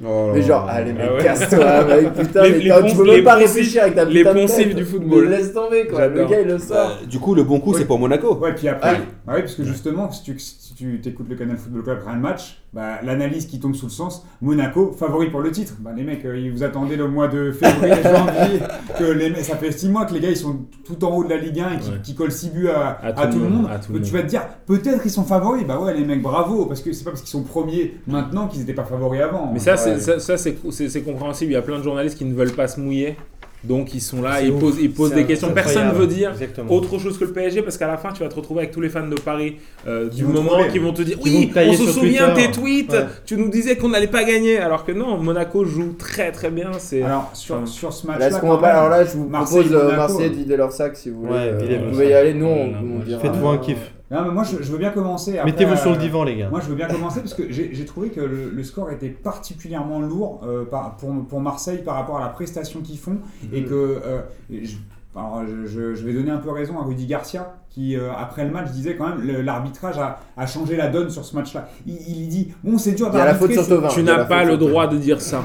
Oh là Mais genre, là. allez, mais Ah ouais. casse-toi, mec, putain, Les- mais les t'as- tu ponces- peux même les pas poncifs- réfléchir avec ta les putain de poncifs tête. du football. Mais laisse tomber, quoi. Le J'adore. gars, il le sort. Bah, du coup, le bon coup, c'est pour Monaco. Ouais, puis après, Ah. bah oui, parce que justement, si tu, si tu t'écoutes le Canal Football Club Grand Match, bah, l'analyse qui tombe sous le sens, Monaco, favori pour le titre. Bah, les mecs, euh, ils vous attendaient le mois de février, janvier, que les mecs- ça fait 6 mois que les gars, ils sont tout en haut de la Ligue 1 et qui, Ouais. qui collent 6 buts à, À tout à tout le le monde, monde. à tout Donc, le tu monde. vas te dire, peut-être ils sont favoris. Bah ouais, les mecs, bravo, parce que c'est pas parce qu'ils sont premiers maintenant qu'ils n'étaient pas favoris avant. Mais ça, Ouais. c'est- ça, ça, c'est c'est- c'est compréhensible. Il y a plein de journalistes qui ne veulent pas se mouiller. Donc ils sont là, C'est ils ouf. posent, ils posent C'est des un- questions. c'est Personne ne incroyable. veut dire Exactement. autre chose que le PSG parce qu'à la fin, tu vas te retrouver avec tous les fans de Paris euh, Qui du vont te moment troller. qui vont te dire Qui vont Oui, te tailler on se sur souvient de Twitter. tes tweets, Ouais. tu nous disais qu'on n'allait pas gagner. Alors que non, Monaco joue très très bien. C'est Alors, sur, Enfin, sur ce Là, match-là, ce qu'on va quand pas, même, alors là, je vous Marseille, propose euh, Monaco. Marseille de vider leur sac si vous voulez. Ouais, Euh, videz vous leur pouvez sac. y aller, nous, on, Non, on moi, dira. Faites-vous un kiff. Non, mais moi, je, je veux bien commencer. euh, après, Mettez-vous sur le euh, divan, les gars. Moi, je veux bien commencer parce que j'ai j'ai trouvé que le, le score était particulièrement lourd euh, par- pour, pour Marseille par rapport à la prestation qu'ils font Mm. et que euh, je, alors, je- je, je vais donner un peu raison à Rudy Garcia qui euh, après le match disait quand même le- l'arbitrage a, a changé la donne sur ce match-là. Il, il dit bon c'est dur Il y a la faute sur d'arbitrer. c'est- Tovin. tu Il y a n'as la pas faute le sur droit de dire ça.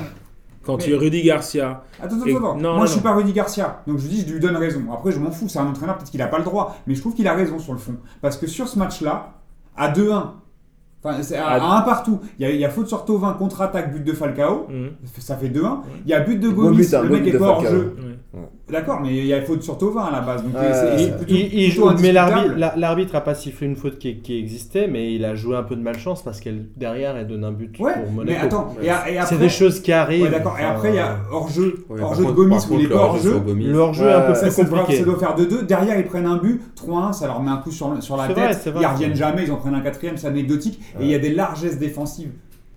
Quand Mais- tu es Rudy Garcia, Attends, Et- attends, attends. non, Moi, non, je suis non. pas Rudy Garcia, donc je dis, je lui donne raison. Après, je m'en fous, c'est un entraîneur, peut-être qu'il a pas le droit, mais je trouve qu'il a raison sur le fond. Parce que sur ce match-là, à 2-1, enfin, c'est à, À- à 1 partout, il y, a- il y a faute sur Tovin, contre-attaque, but de Falcao, hum, ça fait 2-1. Il y a but de Gomis, Gomis, un le beau mec but est de pas hors Falcao. jeu. ouais. D'accord, mais il y a faute sur Tovin à la base, donc Ouais, c'est- ouais, c'est ouais. plutôt- Il, il plutôt joue, mais l'arbitre indiscutable. la- l'arbitre a pas sifflé une faute qui, qui existait, mais il a joué un peu de malchance parce qu'elle derrière elle donne un but Ouais, pour mais Monaco. attends, et, a- et c'est après, des choses qui arrivent. ouais, d'accord, et Enfin, après, il y a hors-jeu, Ouais, par hors-jeu de contre- Gomis, par où il contre, est le pas hors-jeu, sur Gomis. le hors jeu est un peu Ouais, Ça, plus c'est Euh, le compliqué. leur faire de deux. Derrière, ils prennent un but. 3-1, ça leur met un coup sur, le- sur la C'est tête. vrai, c'est vrai. ils reviennent jamais, ils en prennent un quatrième, c'est anecdotique. Et il y a des largesses défensives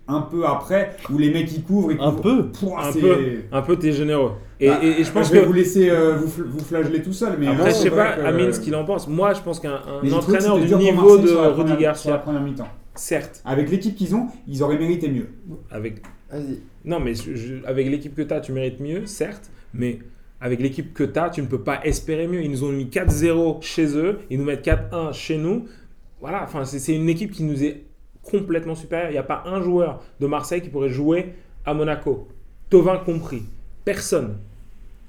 un peu après où les mecs ils couvrent. Ils Un couvrent. peu. Pouah, Un c'est- peu, un peu, t'es généreux. Et, Bah, et- et je pense vais que vous laisser euh, vous, fl- vous flageller tout seul. Mais Après, euh, je sais c'est vrai pas, que- Amine, ce qu'il en pense. Moi, je pense qu'un un Mais j'ai trouvé que entraîneur c'était du dur pour niveau Marseille de sur la Rudy première- sur la Garcia, première mi-temps. certes, Avec l'équipe qu'ils ont, ils auraient mérité mieux. avec, Vas-y. non, mais je- je- avec l'équipe que tu as, tu mérites mieux, certes, mais avec l'équipe que tu as, tu ne peux pas espérer mieux. Ils nous ont mis 4-0 chez eux, ils nous mettent 4-1 chez nous. Voilà, enfin, c'est c'est une équipe qui nous est complètement supérieure. Il n'y a pas un joueur de Marseille qui pourrait jouer à Monaco. Tovin compris. Personne.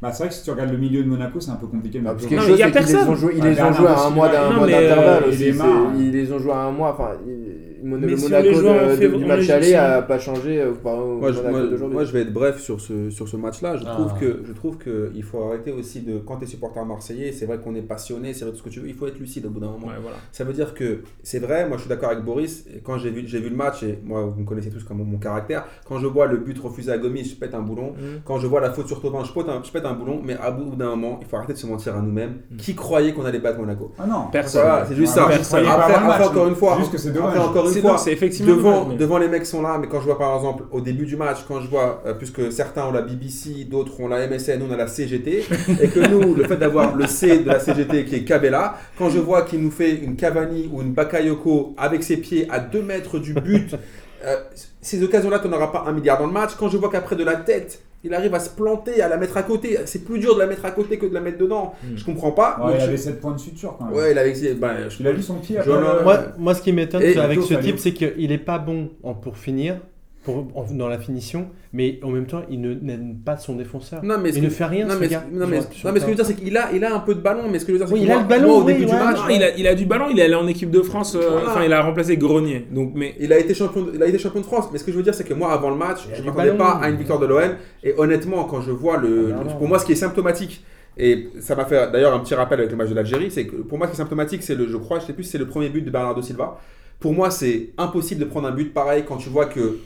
Bah, c'est vrai que si tu regardes le milieu de Monaco, c'est un peu compliqué. mais Ah, parce bon. que Non, quelque mais chose, y a c'est qu'ils les ont personne. joués- Ils Bah, Ah, les ont Bernard joués à un Silva. mois d'un Non, mois mais, d'intervalle euh, aussi. il est c'est- marre. Ils les ont joués à un mois. Enfin, il- mon- Mais le si on Monaco les joue en de- de- février- du en match Égypte, aller c'est- a pas changé euh, par rapport au Moi, je, Monaco moi, d'aujourd'hui. moi, je vais être bref sur ce, sur ce match-là. Je Ah. trouve que je trouve que il faut arrêter aussi de quand tu es supporter marseillais, c'est vrai qu'on est passionné, c'est vrai tout ce que tu veux, il faut être lucide au bout d'un moment. Ouais, voilà. Ça veut dire que c'est vrai, moi je suis d'accord avec Boris, et quand j'ai vu, j'ai vu le match, et moi vous me connaissez tous comme mon caractère, quand je vois le but refusé à Gomis, je pète un boulon. Quand je vois la faute sur Thauvin, je pète un, je pète un boulon, mais à bout d'un moment, il faut arrêter de se mentir à nous-mêmes. Mm. Qui croyait qu'on allait battre Monaco Ah non. Personne. Voilà, c'est juste Ah, ça. moi, je Personne. croyais pas Après, avant le après, match, encore une fois, Juste que c'est après, dommage. encore une C'est- fois, non, c'est effectivement devant, dommage, mais- devant les mecs sont là, mais quand je vois par exemple au début du match, quand je vois, euh, puisque certains ont la BBC, d'autres ont la MSN, nous on a la CGT, et que nous, le fait d'avoir le C de la CGT qui est Cabella, quand je vois qu'il nous fait une Cavani ou une Bakayoko avec ses pieds à 2 mètres du but, euh, ces occasions-là, tu n'auras pas un milliard dans le match. Quand je vois qu'après de la tête, il arrive à se planter, à la mettre à côté, c'est plus dur de la mettre à côté que de la mettre dedans. Mm. Je comprends pas. Hmm. Ouais, Donc, il je- avait 7 points de suture quand même. ouais, il avait. ben, je- Il a vu son pied. Je- après, non, euh, Moi, moi, ce qui m'étonne Et c'est avec plutôt ce Fabio. type, c'est qu'il est pas bon en- pour finir, pour, en- dans la finition, mais en même temps, il ne n'aime pas son défenseur. Non, mais ce il ne que- fait rien, non, ce mais, gars. non, mais, Je vois- je non, mais ce que je veux vois dire, c'est qu'il a, il a un peu de ballon, mais ce que je veux dire, c'est Oui, que il moi- a le ballon, moi, au oui, début du ouais, match, Non, il, a, il a du ballon, il est allé en équipe de France, euh, Voilà. enfin il a remplacé Grenier. Donc, mais il a, été champion de, il a été champion de France. Mais ce que je veux dire, c'est que moi, avant le match, Il a je du m'attendais ballon. pas à une victoire de l'OM. Et honnêtement, quand je vois le. Ah, non, non. Pour moi, ce qui est symptomatique, et ça m'a fait d'ailleurs un petit rappel avec le match de l'Algérie, c'est que pour moi, ce qui est symptomatique, c'est le. Je crois, je sais plus, c'est le premier but de Bernardo Silva. Pour moi, c'est impossible de prendre un but pareil quand tu vois que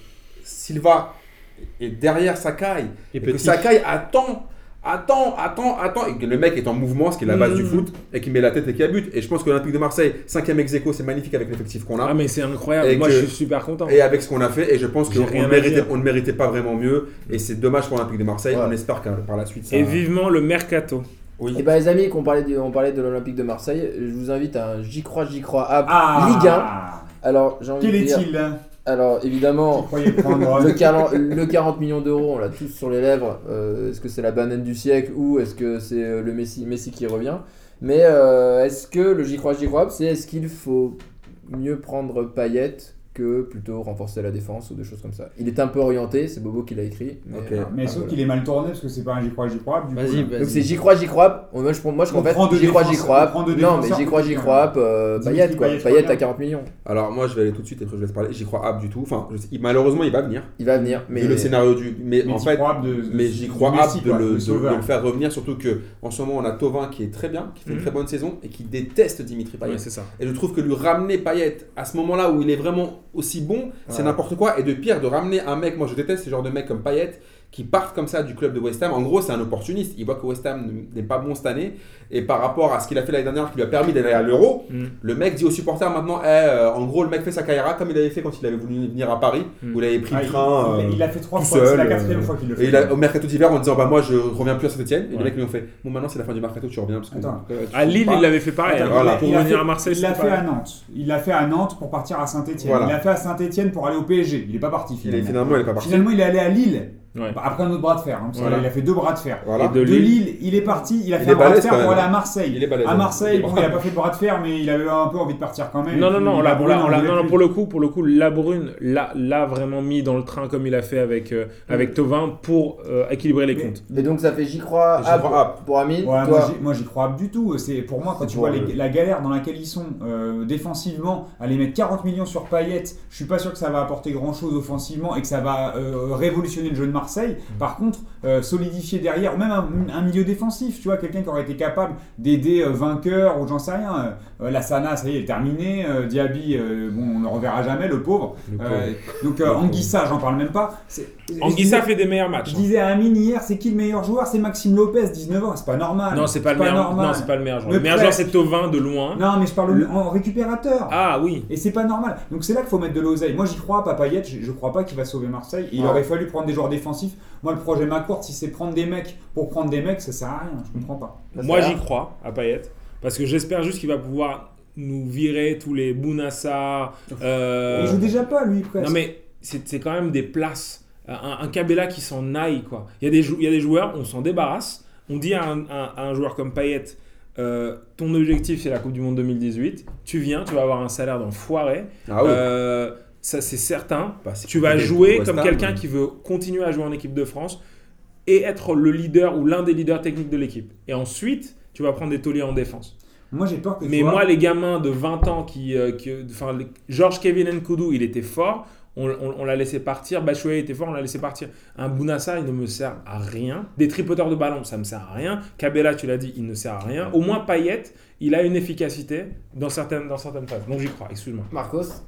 Silva est derrière Sakai. pas. Et Et que petit. Sakai attend, attend, attend, attend, et que le mec est en mouvement, ce qui est la base Mhm. du foot, et qui met la tête et qui a but. Et je pense que l'Olympique de Marseille, 5ème ex aequo, c'est magnifique avec l'effectif qu'on a. ah mais c'est incroyable. Et Moi que- je suis super content. Et avec ce qu'on a fait, et je pense J'ai qu'on rien ne à méritait, dire. on ne méritait pas vraiment mieux. Et c'est dommage pour l'Olympique de Marseille. Ouais. On espère que par la suite, ça. Et vivement le mercato. Oui. Et bah les amis, qu'on parlait de, on parlait de l'Olympique de Marseille, je vous invite à un J'y crois, J'y crois app Ah Ligue 1. Alors, j'ai envie Quel de dire, est-il hein alors Qui évidemment, croyait prendre le, calen- le 40 millions d'euros, on l'a tous sur les lèvres. Euh, est-ce que c'est la banane du siècle ou est-ce que c'est euh, le Messi, Messi qui revient Mais euh, est-ce que le J'y crois, J'y crois app, c'est est-ce qu'il faut mieux prendre Payet que plutôt renforcer la défense ou des choses comme ça Il est un peu orienté, c'est Bobo qui l'a écrit. mais, Ok. euh, Mais ah, sauf voilà. qu'il est mal tourné parce que c'est pas un j'y crois, j'y crois. du Vas-y, coup, vas-y. Donc c'est j'y crois, j'y crois. Moi je, moi je On en fait prend deux j'y crois, j'y défenseurs, crois. on prend deux Non mais défenseurs j'y crois, j'y pour crois. Euh, Dimitri Payet quoi. Payet, Payet à regarde. 40 millions. Alors moi, je vais aller tout de suite et après, je laisse parler. J'y crois ab du tout. Enfin, je sais- il- malheureusement, il va venir. Il va venir. Mais vu le scénario du. Mais, mais en j'y fait. crois de- de- Mais j'y crois de hâte Messi, de, quoi, le, le de- sauveur. de le faire revenir, surtout que en ce moment on a Tovin qui est très bien, qui fait une Mhm. très bonne saison et qui déteste Dimitri Bah, Payet. Ouais, c'est ça. Et je trouve que lui ramener Payet à ce moment-là où il est vraiment aussi bon, c'est Ouais. n'importe quoi. Et de pire, de ramener un mec, moi je déteste ce genre de mec comme Payet, qui partent comme ça du club de West Ham. En gros, c'est un opportuniste. Il voit que West Ham n'est pas bon cette année. Et par rapport à ce qu'il a fait l'année dernière, qui lui a permis d'aller à l'Euro, Mm. le mec dit aux supporters maintenant, Eh, euh, en gros, le mec fait sa carrière comme il avait fait quand il avait voulu venir à Paris, Mm. où il avait pris Ah, le il- train. il- euh, Il a fait trois tout fois, c'est la seul, quatrième euh, fois qu'il le et fait. il a, au mercato d'hiver en disant bah moi je reviens plus à Saint-Etienne et Ouais. les mecs lui ont fait bon maintenant c'est la fin du mercato tu reviens parce que Attends. euh, tu À Lille, pas. il l'avait fait pareil. Attends, hein. voilà. Pour Il a revenir fait- à Marseille, Il l'a c'était fait à pareil. Nantes. Il l'a fait à Nantes pour partir à Saint-Etienne. Voilà. Il l'a fait à Saint-Etienne pour aller au PSG. Il est pas parti Il est- finalement. finalement il est pas parti Finalement, il est allé à Lille. Ouais. Bah, Après un autre bras de fer. hein, parce que Voilà. Il a fait deux bras de fer. voilà Et de De Lille. Lille, il est parti. Il a Il fait est un bras de balèze, fer quand pour même, aller à hein. Marseille. Il est Euh, balèze, À hein. Marseille, Il est bon, pas- il a pas fait de bras de fer, mais il avait un peu envie de partir quand même. Non, Et non, puis, non, la là, Brune, là, on on l'a- voulait non, non, plus. pour le coup, pour le coup, la Brune l'a l'a vraiment mis dans le train comme il a fait avec, euh, avec Tovin pour euh, équilibrer les Mais- comptes. Et donc ça fait ah, j'y crois, J'y app crois app. pour Amine. Ouais, moi, toi, j'y- moi j'y crois du tout. C'est pour moi quand C'est tu pour vois le- les- la galère dans laquelle ils sont euh, défensivement, aller mettre 40 millions sur Payet, je suis pas sûr que ça va apporter grand chose offensivement et que ça va euh, révolutionner le jeu de Marseille. Mm. Par contre, euh, solidifier derrière, même un, un milieu défensif, tu vois, quelqu'un qui aurait été capable d'aider euh, vainqueur ou j'en sais rien. Euh, la Sana, ça y est, elle est terminée. Euh, Diaby, euh, bon, on le reverra jamais, le pauvre. Euh, donc euh, Anguissa, j'en parle même pas. C'est- Anguissa fait des meilleurs matchs. je hein. disais à Amine hier, c'est qui le meilleur joueur C'est Maxime Lopez, 19 ans, c'est pas normal. Non, c'est pas, le meilleur. normal. Non, c'est pas le meilleur joueur. Le Le meilleur prêt. joueur, c'est Tovin de loin. Non, mais je parle au- en récupérateur. Ah oui. Et c'est pas normal. Donc c'est là qu'il faut mettre de l'oseille. Moi j'y crois, Papayet, je, je crois pas qu'il va sauver Marseille. Il Ah. Ouais. aurait fallu prendre des joueurs défensifs. Moi le projet m'accorde, si c'est prendre des mecs pour prendre des mecs, ça sert à rien, je comprends pas. Ça, Moi, ça va. j'y crois à Payet parce que j'espère juste qu'il va pouvoir nous virer tous les Bounassa. euh, Il joue déjà pas lui presque. Non mais c'est c'est quand même des places. euh, Un, un Cabella qui s'en aille quoi. Il y, a des jou- il y a des joueurs, on s'en débarrasse. On dit à un, à- à un joueur comme Payet, euh, ton objectif c'est la Coupe du Monde 2018. Tu viens, tu vas avoir un salaire d'enfoiré. ah oui Euh, ça c'est certain. Bah, c'est Tu vas compliqué, jouer West comme Ham, quelqu'un hein. qui veut continuer à jouer en équipe de France. et être le leader ou l'un des leaders techniques de l'équipe. Et ensuite, tu vas prendre des tauliers en défense. Moi, j'ai peur que. tu Mais vois- moi, les gamins de 20 ans qui. euh, qui- Enfin, les- Georges Kevin Nkoudou, il était fort. On, on- on l'a laissé partir. Bachoué était fort, on l'a laissé partir. Un Bounassa, il ne me sert à rien. Des tripoteurs de ballon, ça me sert à rien. Cabella, tu l'as dit, il ne sert à rien. Au moins, Payet, il a une efficacité dans certaines, dans certaines phases. Donc j'y crois, excuse-moi. Marcos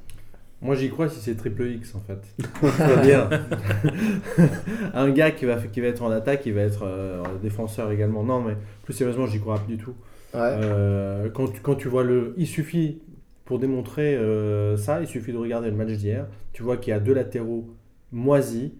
Moi j'y crois si c'est triple X en fait. C'est-à-dire un gars qui va, qui va être en attaque, qui va être euh, défenseur également. Non mais plus sérieusement j'y crois pas du tout. Ouais. Euh, quand, tu- quand tu vois le... Il suffit, pour démontrer euh, ça, il suffit de regarder le match d'hier. Tu vois qu'il y a deux latéraux moisis,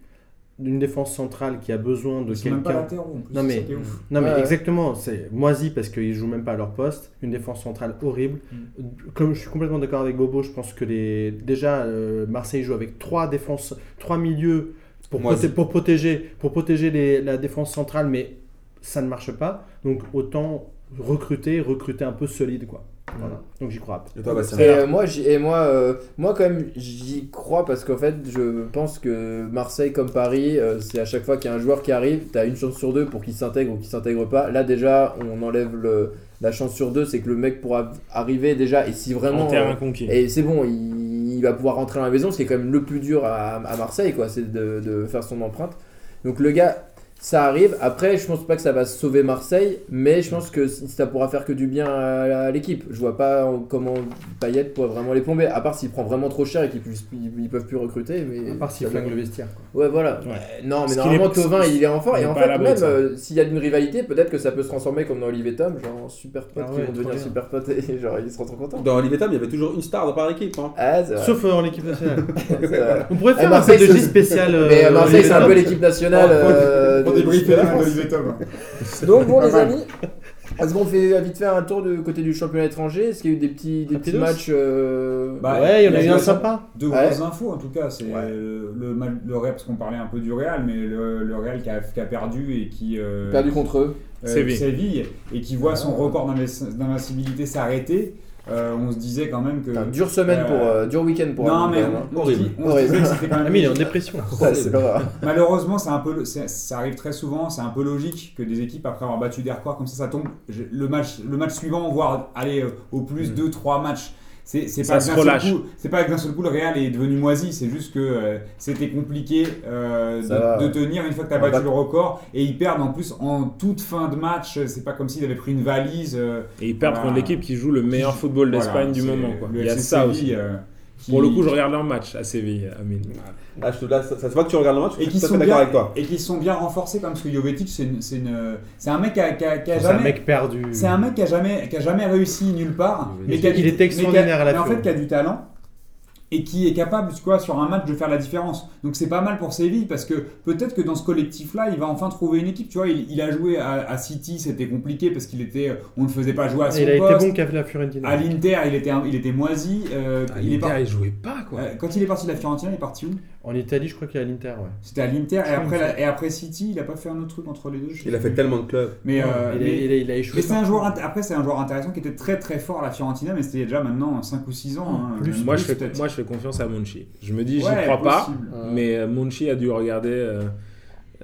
une défense centrale qui a besoin de Ils sont même pas quelqu'un... latéraux en plus. Non, c'est mais- ça qui est ouf. Non mais Ouais. exactement, c'est moisi parce qu'ils jouent même pas à leur poste, une défense centrale horrible. Mm. Comme je suis complètement d'accord avec Bobo, je pense que les déjà euh, Marseille joue avec trois défenses, trois milieux pour, Moisi. proté- pour protéger pour protéger les- la défense centrale, mais ça ne marche pas. Donc autant recruter, recruter un peu solide quoi. Mm. Voilà. Donc j'y crois. Et toi, Bastien Et euh, moi, j'y- et moi, euh, moi quand même, j'y crois parce qu'en fait, je pense que Marseille comme Paris, euh, c'est à chaque fois qu'il y a un joueur qui arrive, t'as une chance sur deux pour qu'il s'intègre ou qu'il s'intègre pas. Là déjà, on enlève le- la chance sur deux, c'est que le mec pourra arriver déjà et si En vraiment euh, terrain conquis. Et c'est bon, il, il va pouvoir rentrer à la maison, ce qui est quand même le plus dur à, à Marseille, quoi, c'est de, de faire son empreinte. Donc le gars, ça arrive. Après, je pense pas que ça va sauver Marseille, mais je pense que c- ça pourra faire que du bien à, à l'équipe. Je vois pas en- comment Payet pourrait vraiment les plomber, à part s'il prend vraiment trop cher et qu'ils puissent- ils, ils peuvent plus recruter. Mais À part s'il ça flingue doit- le vestiaire. quoi. Ouais, voilà. Ouais. Euh, non, mais Parce qu'il normalement, est- Tovin, il est en fort. il Et est en pas à fait, l'abri de même ça. euh, s'il y a une rivalité, peut-être que ça peut se transformer comme dans Olivier Tom, genre en super potes Ah qui ouais, vont devenir trop bien. super potes et genre ils seront trop contents. Dans Olivetam, il y avait toujours une star dans par équipe. hein. Ah, c'est vrai, Sauf euh, en équipe nationale. c'est vrai. On pourrait Eh, faire un Marseille, stratégie c'est- spécial. euh, Mais euh, Marseille, c'est un peu Olivier l'équipe nationale. euh, Pour de- débriefer de la France. fin d'Olivier Tom. Donc bon, Pas les mal. amis, est-ce qu'on fait vite faire un tour du côté du championnat étranger Est-ce qu'il y a eu des petits, des petits Rapidos. matchs euh, Bah, Ouais, il y en a Mais eu un je- sympa. De Ouais. grosses infos en tout cas, c'est Ouais. le, le, mal- le Real, parce qu'on parlait un peu du Real, mais le, le Real qui a, qui a perdu et qui. euh, Perdu contre eux. euh, Séville. Séville, et qui voit son record d'invis- d'invincibilité s'arrêter. Euh, on se disait quand même que. Enfin, dure semaine Euh, pour. euh, dur week-end pour. non, eux, mais quand même. hein. on, on se Horrible. dit- on se disait que c'était quand Ah, même. mais il est en dépression. Ça, c'est l'horreur. Malheureusement, c'est un peu, le- c'est- ça arrive très souvent, c'est un peu logique que des équipes, après avoir battu des records comme ça, ça tombe. Je- le, match, le match suivant, voire aller euh, au plus 2-3 matchs. C'est c'est Mm. Ça pas, que se d'un seul relâche. coup- c'est pas que d'un seul coup le Real est devenu moisi, c'est juste que euh, c'était compliqué euh, de, Ça va, de ouais. tenir une fois que tu as On va battu le record et ils perdent en plus en toute fin de match. C'est pas comme s'ils avaient pris une valise. euh, Et ils perdent Voilà. contre l'équipe qui joue le meilleur football d'Espagne voilà, du c'est moment. quoi. le Il y a FC ça aussi. Séville, euh, qui- Pour le coup, je regarde leur match à Séville, Amine. Ah, je te- là, ça, ça se voit que tu regardes le match. Et Et qui qui sont sont d'accord bien- avec toi. Et qu'ils sont bien renforcés comme parce que Jovetic, c'est une- c'est une- c'est un mec qui a, qui a- qui a C'est bah, un jamais. mec perdu. C'est un mec qui a jamais, qui a jamais réussi nulle part, Il mais qui a était du- mais qui a- extraordinaire à la mais en Fiore. fait, qui a du talent et qui est capable, tu vois, sur un match de faire la différence. Donc c'est pas mal pour Séville parce que peut-être que dans ce collectif-là, il va enfin trouver une équipe. Tu vois, il, il a joué à, à City, c'était compliqué parce qu'il était, on ne le faisait pas jouer à son Il a été poste. bon qu'à la Fiorentina. À l'Inter, il était, un- il était moisi. euh, il est par- il jouait pas, euh, quand il est parti de la Fiorentina, il est parti où En Italie, je crois qu'il y a l'Inter, ouais. C'était à l'Inter et Je après, me la- et après City, il a pas fait un autre truc entre les deux. je sais Il a fait plus. tellement de clubs. Mais, euh, il, a, mais- il a- il a échoué. Et c'est un joueur int- après c'est un joueur intéressant qui était très très fort à la Fiorentina mais c'était déjà maintenant 5 ou 6 ans hein, Plus, même Moi je, fais, peut-être. moi, je fais confiance à Monchi. Je me dis, j'y Ouais, crois pas. possible. Mais euh, Monchi a dû regarder euh,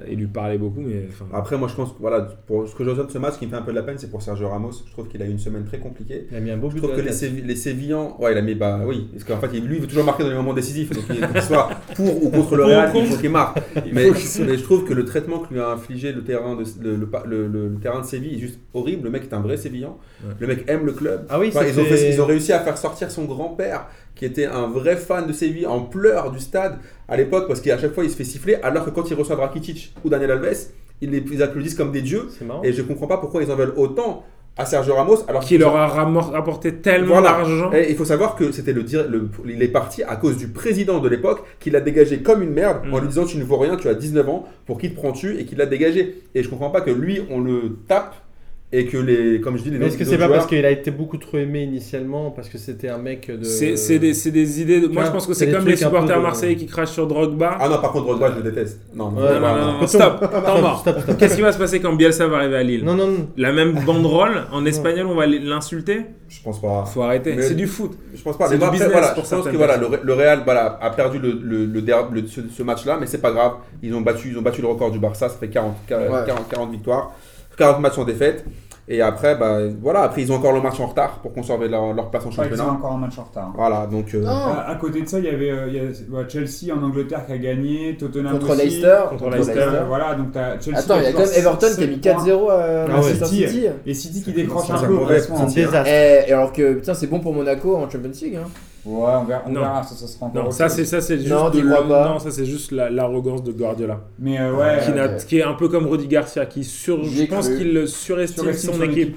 et lui parler beaucoup. Mais, enfin, Après, moi, je pense que voilà, pour ce que je retiens de ce match, ce qui me fait un peu de la peine, c'est pour Sergio Ramos. Je trouve qu'il a eu une semaine très compliquée. Il a mis un beau Je but. trouve à que les, la tête. Sévi- les Sévillans, ouais, il a mis, bah oui, parce qu'en fait, il- lui, il veut toujours marquer dans les moments décisifs, donc il- qu'il soit pour ou contre le Pour ou Real, il contre. faut qu'il marque. Mais, mais je trouve que le traitement que lui a infligé le terrain de, le, le- le- le- le terrain de Séville est juste horrible. Le mec est un vrai Sévillan. Ouais. Le mec aime le club. Ah oui, Enfin, ils, ont c'était- fait- ils ont réussi à faire sortir son grand-père, qui était un vrai fan de Séville, en pleurs du stade à l'époque, parce qu'à chaque fois il se fait siffler, alors que quand il reçoit Rakitic ou Daniel Alves, ils les ils applaudissent comme des dieux. C'est marrant. Et je comprends pas pourquoi ils en veulent autant à Sergio Ramos, alors qui leur a ramor- apporté tellement Voilà. d'argent. Et il faut savoir que c'était le, dir- le- il est parti à cause du président de l'époque qui l'a dégagé comme une merde en Mm. lui disant tu ne vaux rien, tu as 19 ans, pour qui te prends-tu et qui l'a dégagé. Et je comprends pas que lui on le tape et que les, comme je dis, les Mais est-ce que autres c'est pas joueurs- parce qu'il a été beaucoup trop aimé initialement, parce que c'était un mec de. C'est c'est des, c'est des idées. de- Moi, Tiens, je pense que c'est c'est des comme les trucs un peu supporters de- marseillais qui crachent sur Drogba. Ah non, par contre, Drogba, je le déteste. Non, non, Ouais, non, non, non, non. non, non, stop, temps mort. Stop, stop. Qu'est-ce qui va se passer quand Bielsa va arriver à Lille Non, non, non. La même banderole, en espagnol, on va l'insulter je pense pas. Ah, Faut arrêter, Mais- c'est du foot. Je pense pas. C'est Mais moi, du après, business voilà, pour je pense que certaines voilà, le, Ré- le Real voilà, a perdu le, le, le der- le- ce, ce match-là, mais c'est pas grave. Ils ont battu, ils ont battu le record du Barça. Ça fait 40, 40, Ouais. 40, 40 victoires, 40 matchs sans défaite. Et après, bah, voilà, après ils ont encore le match en retard pour conserver leur, leur place en Je crois qu'ils ont championnat. encore un match en retard. hein. Voilà, donc. euh, Non. À, à côté de ça, il y avait euh, il y a, ouais, Chelsea en Angleterre qui a gagné, Tottenham Contre aussi. Leicester. Contre Euh, Leicester. voilà, donc t'as Chelsea. Attends, il y a quand même toujours Everton qui a sept mis points. 4-0 à Ah Manchester ouais. City. City. Eh, Et City qui décroche C'est un un peu au mauvais- classement. C'est un désastre. Et, et alors que putain, c'est bon pour Monaco en Champions League. Hein. Ouais, on verra, on Non. verra, ça, ça sera encore. Non, autre ça chose. c'est ça c'est juste Non, de t'y crois le- pas. non, ça c'est juste la- l'arrogance de Guardiola Mais euh, ouais. qui, Ouais, n'a- ouais. qui est un peu comme Rudy Garcia qui sur J'y ai je pense cru. qu'il sur surestime les son, six, sur équipe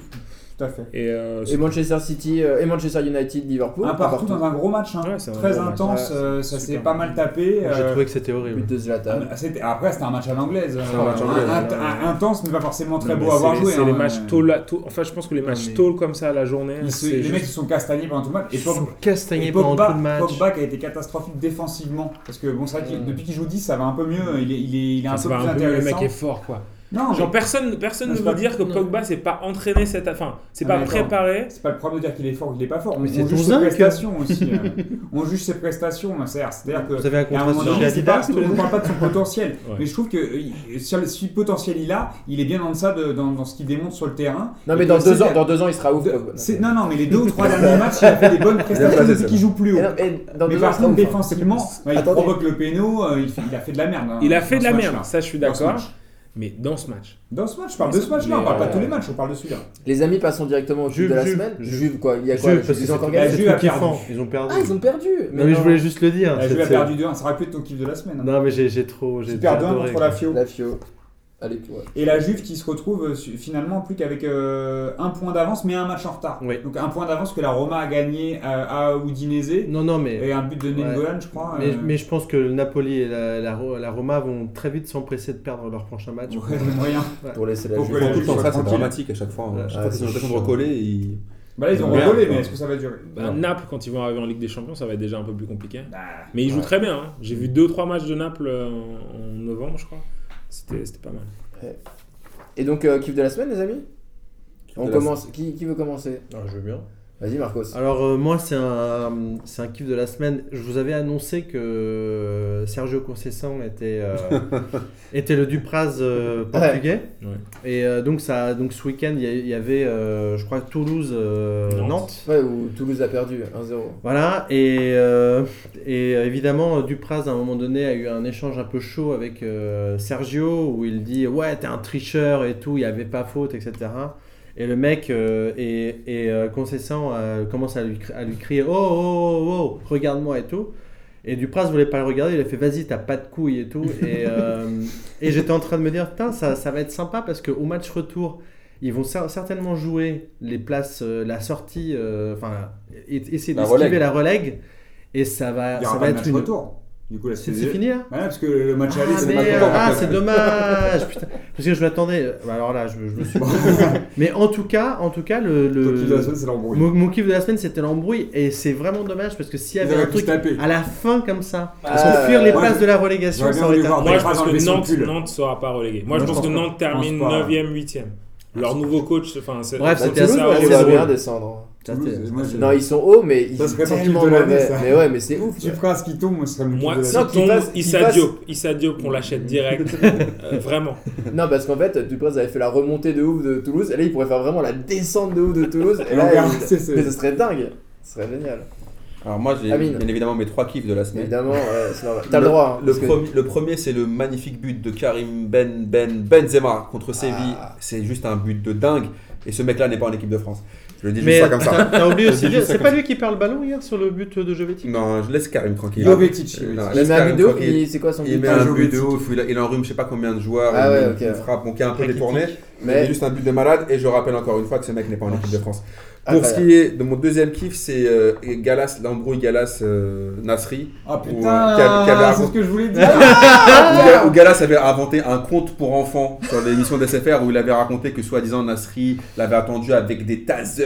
Tout à fait. et euh, Et Manchester City euh, et Manchester United, Liverpool. Un Ah, partout dans un gros match, hein. Ouais, c'est un très gros match. intense, Ouais, euh, ça s'est super. pas mal tapé. J'ai euh, trouvé que c'était But horrible. de Zlatan. ah, c'était- Après, c'était un match à l'anglaise. C'est euh, un match à l'anglaise, un- ouais. un- intense, mais pas forcément très non, beau mais à c'est avoir les- joué. c'est hein. les matchs tôt, là, tôt- enfin je pense que les matchs mais- tôt comme ça à la journée Ils se- c'est Les juste- mecs se sont castagnés pendant tout le match. Et Ils Pogba- sont castagnés Et pendant Pogba, tout le match. Pogba qui a été catastrophique défensivement. Parce que bon, c'est vrai que Mm. depuis qu'il joue 10, ça va un peu mieux. hein. Il est, il est, il est un Enfin, c'est peu pas plus un peu le intéressant. mec est fort quoi Non, mais genre personne personne Non, ne c'est veut pas- dire que non. Pogba c'est pas entraîné cette enfin c'est Ah, pas mais attends. préparé c'est pas le problème de dire qu'il est fort ou qu'il est pas fort. Mais on c'est juge ses ton zinc. prestations aussi. euh. on juge ses prestations, hein, c'est-à-dire c'est-à-dire que. Vous avez un Et à un contrat moment sur donné, c'est pas- Adidas on ne parle pas de son potentiel. Ouais. Mais je trouve que euh, sur le, si le potentiel il a, il est bien en deçà de, dans, dans ce qu'il démontre sur le terrain. Non Et mais que dans c'est deux ans, bien. dans deux ans, il sera ouf. De- Pogba. euh, c'est- non, non, mais les deux ou trois derniers matchs, Bah, il a fait des bonnes prestations Bien placé, depuis qu'il celle-là. joue plus haut. Et non, et dans mais deux ans, il par sera contre, ouf. défensivement, bah, il Attendez. provoque le péno, euh, il, fait- il a fait de la merde. hein, il a fait dans de la ce merde match-là. ça je suis Dans ce d'accord match. mais dans ce match Dans ce match, je parle de ce match-là, on Mais, parle pas de euh, tous les matchs, on parle de celui-là. Les amis, passons directement au truc Juve, de la Juve, semaine. Juve. Juve quoi, il y a quoi la Juve, Juve, parce que Ils ont encore c'est- gagné. La c'est Juve trop a perdu. kiffant. Ils ont perdu. Ah, ils ont perdu. Non, mais je non. voulais juste le dire. La Juve a c'est- perdu 2-1, ça aurait pu être ton kiff de la semaine. hein. Non, mais j'ai j'ai trop. J'ai Qui perd 2-1 adoré, contre quoi. la Fio. La Fio. Allez, ouais. Et la Juve qui se retrouve euh, su- finalement plus qu'avec euh, un point d'avance, mais un match en retard. Oui. Donc un point d'avance que la Roma a gagné euh, à Udinese. Non, non, mais. Et un but de Nengolan, je crois. Mais, euh, mais je pense que le Napoli et la, la, Ro- la Roma vont très vite s'empresser de perdre leur prochain match. ouais, le moyen. pour laisser la Pour que Juve. la Tout le Juve temps, soit ça, c'est tranquille. dramatique à chaque fois. hein. À chaque Ouais, fois qu'ils ont c'est l'impression de chiant. recoller, ils- Bah là, ils ont Merde, recollé, quoi. mais est-ce que ça va durer Bah, Non. Naples quand ils vont arriver en Ligue des Champions ça va être déjà un peu plus compliqué Bah, Mais il joue Ouais. très bien. hein. J'ai vu 2-3 matchs de Naples euh, en en novembre, je crois. C'était c'était pas mal. Et donc, euh, kiff de la semaine, les amis On de la commence. Qui, qui veut commencer je veux bien. Vas-y, Marcos. Alors euh, moi c'est un c'est un kiff de la semaine. Je vous avais annoncé que euh, Sergio Conceição était euh, était le Dupraz euh, portugais. Ouais. Et euh, donc ça donc ce week-end il y a- il y, avait euh, je crois Toulouse euh, Nantes. Nantes. Ouais, où Toulouse a perdu 1-0. Voilà et euh, et euh, évidemment euh, Dupraz à un moment donné a eu un échange un peu chaud avec euh, Sergio où il dit ouais t'es un tricheur et tout il n'y avait pas faute etc. Et le mec euh, et, et euh, Concessant euh, commence à lui, cri- à lui crier Oh, oh, oh, oh, regarde-moi et tout. Et Dupras voulait pas le regarder, il a fait Vas-y, t'as pas de couilles et tout. Et, euh, et j'étais en train de me dire Putain, ça, ça va être sympa parce qu'au match retour, ils vont cer- certainement jouer les places, euh, la sortie, euh, enfin, et- essayer La d'esquiver relègue. la relègue. Et ça il va, y ça aura pas va de être match une. retour. Du coup, la C'est suite. c'est fini là Bah, non, parce que le match aller, ah, c'est le match mais, euh, retour. ah, c'est dommage putain. Parce que je m'attendais. Bah, alors là, je, je me suis. mais en tout cas, en tout cas, le. le- Ton kiff de la semaine, c'est l'embrouille. mon, mon kiff de la semaine, c'était l'embrouille et c'est vraiment dommage parce que s'il y Ils avait un auraient pu se truc taper. à la fin comme ça, Ah, parce qu'on fuir ouais. les Moi, places je- de la relégation, j'aurais bien ça aurait voulu été voir un des- Moi, truc. je pas pense enlever que son Nantes, pull. Nantes sera pas relégué. Moi, Non, je je pense que pense pas. Nantes pense termine pas. Ah, 9ème, 8ème. Leur nouveau coach, enfin, c'est. Bref, c'est- La c'était c'est Bah, Toulouse, ça, assez- ouais, assez ils c'est- vont drôle. bien descendre. hein. Ça, Toulouse, c'était- moi, je- Non, ils sont hauts, mais ils Ça sont serait ton kiff tellement de l'année, mauvais. ça. Mais ouais, mais c'est ouf. Tu feras ce qui tombe, moi, ce serait mon Moi, kiff de la si Non, qu'il tombe passe- qu'il Issa passe. Diop, Issa Diop, on l'achète direct. Euh, Vraiment. Non, parce qu'en fait, Dupraz avait fait la remontée de ouf de Toulouse. Et là, il pourrait faire vraiment la descente de ouf de Toulouse. Et Et on là, verra, il- c'est- c'est- Mais ce serait dingue. Ce serait génial. Alors moi j'ai Amine. bien évidemment mes trois kiffs de la semaine. Évidemment, ouais, c'est normal. T'as le droit. hein, Le, parce que- premier, le premier, c'est le magnifique but de Karim Ben, ben Benzema contre Séville. Ah. C'est juste un but de dingue. Et ce mec-là n'est pas en équipe de France. Je le dis Mais- juste ça comme ça. T'as oublié Je dis aussi, de- juste ça c'est comme pas ça. lui qui perd le ballon hier sur le but de Jovetic Non, je laisse Karim tranquille. Jovetic. Euh, non, Il laisse met un Karim but de ouf, tranquille. il- c'est quoi son Il but met un but Jovetic. de ouf, il, il enrhume je sais pas combien de joueurs, Ah il, ouais, met ok, une ouais. frappe, bon, qui est un peu Très détourné, critique. mais juste un but de malade, et je rappelle encore une fois que ce mec n'est pas en équipe de France. Pour ce qui est de mon deuxième kiff, c'est euh, Galas, l'embrouille Galas euh, Nasri. Ah Ou, euh, qui avait- qui avait putain, c'est raconté- ce que je voulais dire. Ah, Où Ga- où Galas avait inventé un conte pour enfants sur l'émission d'SFR où il avait raconté que soi-disant Nasri l'avait attendu avec des tasers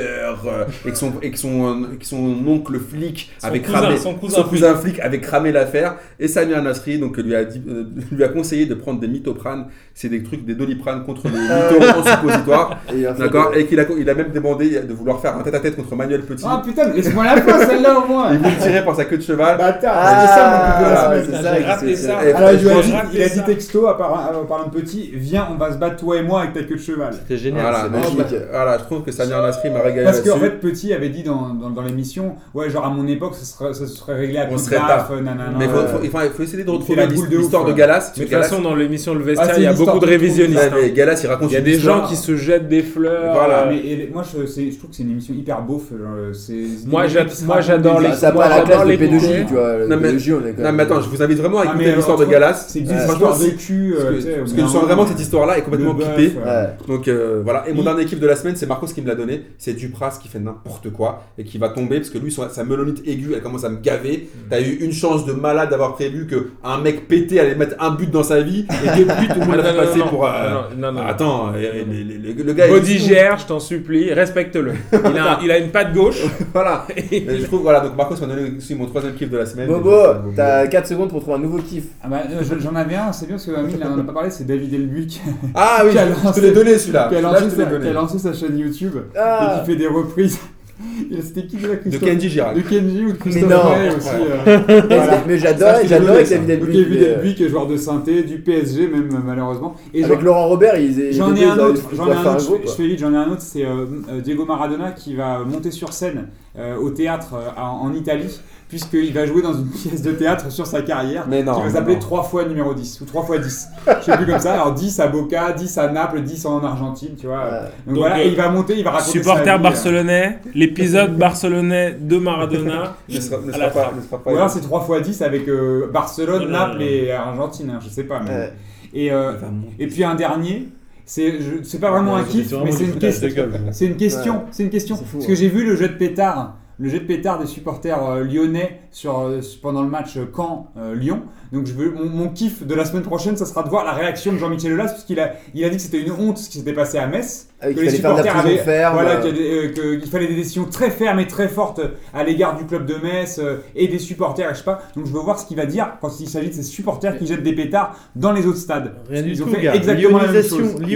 euh, et, que son, et que son, euh, que son oncle flic Son avait cousin, cramé son cousin flic avait cramé l'affaire et Samir Nasri donc lui a dit- euh, lui a conseillé de prendre des mitopranes c'est des trucs des doliprane contre les Euh. mythos en suppositoire Et il a fait d'accord des- et qu'il a, il a même demandé de vouloir faire un tête-à-tête contre Manuel Petit Ah putain, mais laisse-moi la fin, celle-là au moins. il voulait le tirer par sa queue de cheval Bâtard, Ah, c'est ça Eh, mon coup de la semaine. c'est J'ai ça, raté c'est ça. ça. Et Alors, il lui a Franchement, dit, je rappelle Ah, il a dit ça. texto à part, un- à part un petit Viens, on va se battre toi et moi avec ta queue de cheval. C'était génial. voilà, c'est donc, magique. voilà, je trouve que Samir Nasri m'a régalé Parce qu'en là-dessus. fait, Petit avait dit dans, dans, dans l'émission Ouais, genre à mon époque, ça, serait, ça se serait réglé à On coup de serait baffe, Ah nanana. Mais faut, euh, faut, il faut- il faut essayer de Il retrouver fait la boule de l'histoire ouf, de ouais. Galas. hein. De toute Galas, façon, dans l'émission Le Ah, Vestiaire, c'est il y a une histoire beaucoup de de trou, révisionnistes. Ouais, hein. mais Galas, il raconte Il y a une des gens histoire. qui se jettent des fleurs. Voilà. euh, Ah, mais et- moi, je, c'est- je trouve que c'est une émission hyper beauf. euh, c'est- Moi, c'est- j'ad- qui se moi, raconte j'adore des- les- Ça, ça a moi, pas la j'adore classe de les P2J, bouquets. tu vois. Non, mais- P2J, on est quand Non, même. mais attends, je vous invite vraiment à Ah, écouter mais, euh, l'histoire de entre- Galas. C'est une Ouais, histoire franchement, de cul. euh, tu sais, Parce au bout que d'un je sens vraiment que moment, cette histoire-là est complètement le bœuf, clippée. ouais. Ouais. Donc euh, voilà, et mon Il- dernier kiff de la semaine, c'est Marcos qui me l'a donné, c'est Dupras qui fait n'importe quoi et qui va tomber parce que lui, son- sa melonite aiguë, elle commence à me gaver. Hmm. T'as eu une chance de malade d'avoir prévu qu'un mec pété allait mettre un but dans sa vie et depuis tout le Ah, monde non, l'a non, passé non, pour. euh, non, non, non. ah, Attends, euh, les- les- les- le gars. Body il- GR, je t'en supplie, respecte-le. Il, a- il a une patte gauche. Voilà. Et Euh, je trouve, voilà, donc Marcos m'a donné aussi mon troisième kiff de la semaine. euh, Bobo, t'as 4 secondes pour trouver un nouveau kiff. Ah bah, euh, je- J'en avais un, c'est bien parce que Amine, là, on n'en a pas parlé, c'est David Elbuy qui Ah oui, Quel je te l'ai donné celui-là. qui a, Celui-là, lancé je te l'ai sa, qui a donné. lancé sa chaîne YouTube et Ah qui fait des reprises. Il- C'était qui déjà De Christophe Kenji Girac. De Kenji ou de Christophe non. Maé aussi. Ouais. euh, Mais- voilà. Mais Ça, j'adore, c'est j'adore donné, avec ça. David Donc, Elbuy. David mais, euh, Elbuy, qui est joueur de synthé, du PSG même euh, malheureusement. Et Avec j'en- Laurent Robert, ils ils J'en ai étaient- un autre, ils j'en ai doivent un faire autre, gros, je, je quoi. fais vite, j'en ai un autre, c'est euh, euh, Diego Maradona qui va monter sur scène euh, au théâtre euh, en, en Italie, puisqu'il va jouer dans une pièce de théâtre sur sa carrière Mais non, qui va mais s'appeler non. 3 fois numéro 10 ou 3 fois 10. Je sais plus comme ça, alors 10 à Boca, 10 à Naples, 10 en Argentine, tu vois. Ouais. Donc, Donc, voilà, euh, et il va monter, il va raconter sa Supporter vie, euh. barcelonais, l'épisode barcelonais de Maradona. Ne sera, ne À sera la pas. frappe. Ne sera euh. Ou alors pas. c'est 3 fois 10 avec euh, Barcelone, Non, non, Naples non. et Argentine, hein, je sais pas. mais- Ouais. Et, euh, et puis un dernier, c'est je- c'est pas vraiment un kiff, mais c'est une question. C'est une question, Ouais. c'est une question. C'est fou, Parce hein. que j'ai vu le jeu de pétard, le jeu de pétard des supporters euh, lyonnais sur, euh, pendant le match euh, Caen-Lyon. Donc je veux, mon, mon kiff de la semaine prochaine, ça sera de voir la réaction de Jean-Michel Aulas, puisqu'il a, il a dit que c'était une honte ce qui s'était passé à Metz. Ah, qu'il que les fallait faire de la supporters prison ferme, Voilà, euh. qu'il y a des- euh, que- qu'il fallait des décisions très fermes et très fortes à l'égard du club de Metz euh, et des supporters, et je sais pas. Donc je veux voir ce qu'il va dire quand il s'agit de ces supporters qui jettent des pétards dans les autres stades. Rien du Ils ont tout, fait gars. exactement la même chose. Il L'ionisation. va,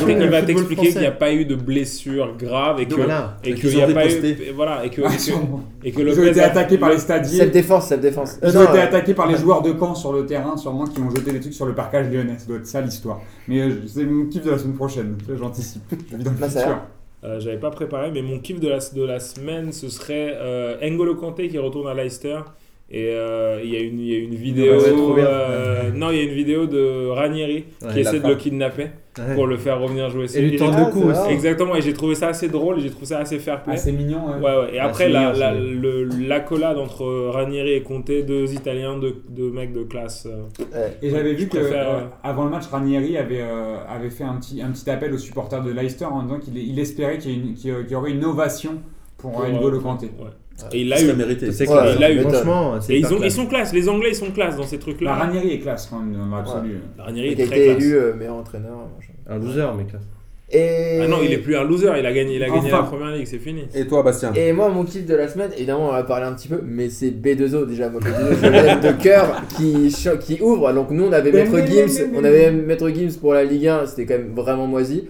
L'ionisation. il du va football t'expliquer qu'il n'y a français. pas eu de blessure grave et que Voilà. et Et qu'il qu'ils n'y a ont pas eu riposté. et voilà et que et Ah, Ils que, ont- et que ils ont Lopez été a- attaqués par les stadiers. Self-défense, self-défense. Euh, Ils non, ont été euh, attaqués par les joueurs de Caen sur le terrain, sûrement, qui ont jeté des trucs sur le parcage lyonnais. Ça doit être ça l'histoire. Mais euh, c'est mon kiff de la semaine prochaine. Ça, J'anticipe. Je vis dans le Là, ça a futur. l'air. euh, j'avais pas préparé mais mon kiff de la de la semaine ce serait euh, N'Golo Kanté qui retourne à Leicester et euh, il y a une il y a une vidéo c'est trop bien. euh, non il y a une vidéo de Ranieri Ouais, qui il essaie l'a de le frappe. kidnapper Ouais. pour le faire revenir jouer Et seul. lui Et tendre Ah, le c'est cou aussi. marrant. j'ai- exactement et j'ai trouvé ça assez drôle et j'ai trouvé ça assez fair play Ah, c'est mignon. ouais. Ouais, ouais. Et Ah, après, c'est la, mignon, la- c'est le- l'accolade entre Ranieri et Conte, deux Italiens, deux, deux mecs de classe. euh. Et j'avais Je vu que préfère, euh, ouais. avant le match, Ranieri avait, euh, avait fait un petit, un petit appel aux supporters de Leicester en disant qu'il il espérait qu'il y, ait une- qu'il y aurait- qu'il y aurait une ovation pour euh, Ouais. N'Golo Kanté. Ouais. Et il Il a l'a eu eu. mérité. C'est Ouais, clair. il l'a eu. Franchement, c'est Et ils, ont, hyper ils sont classe, les Anglais ils sont classe dans ces Bah, trucs-là. Ranieri est classe quand même dans l'absolu. Ranieri Qui a été est très classe. élu euh, meilleur entraîneur. machin. clair. Un loser, mec. là. Et... Ah non, il est plus un loser, il a gagné, il a gagné Enfin. la première ligue, c'est fini. Et toi, Bastien Et moi, mon kiff de la semaine, évidemment, on en a parlé un petit peu, mais c'est B2O déjà. Moi, B2O, je l'aime de cœur qui, cho- qui ouvre. Donc, nous, on avait Mais- Maître mais- mais- Gims, mais- on avait Maître Gims pour la Ligue 1, c'était quand même vraiment moisi.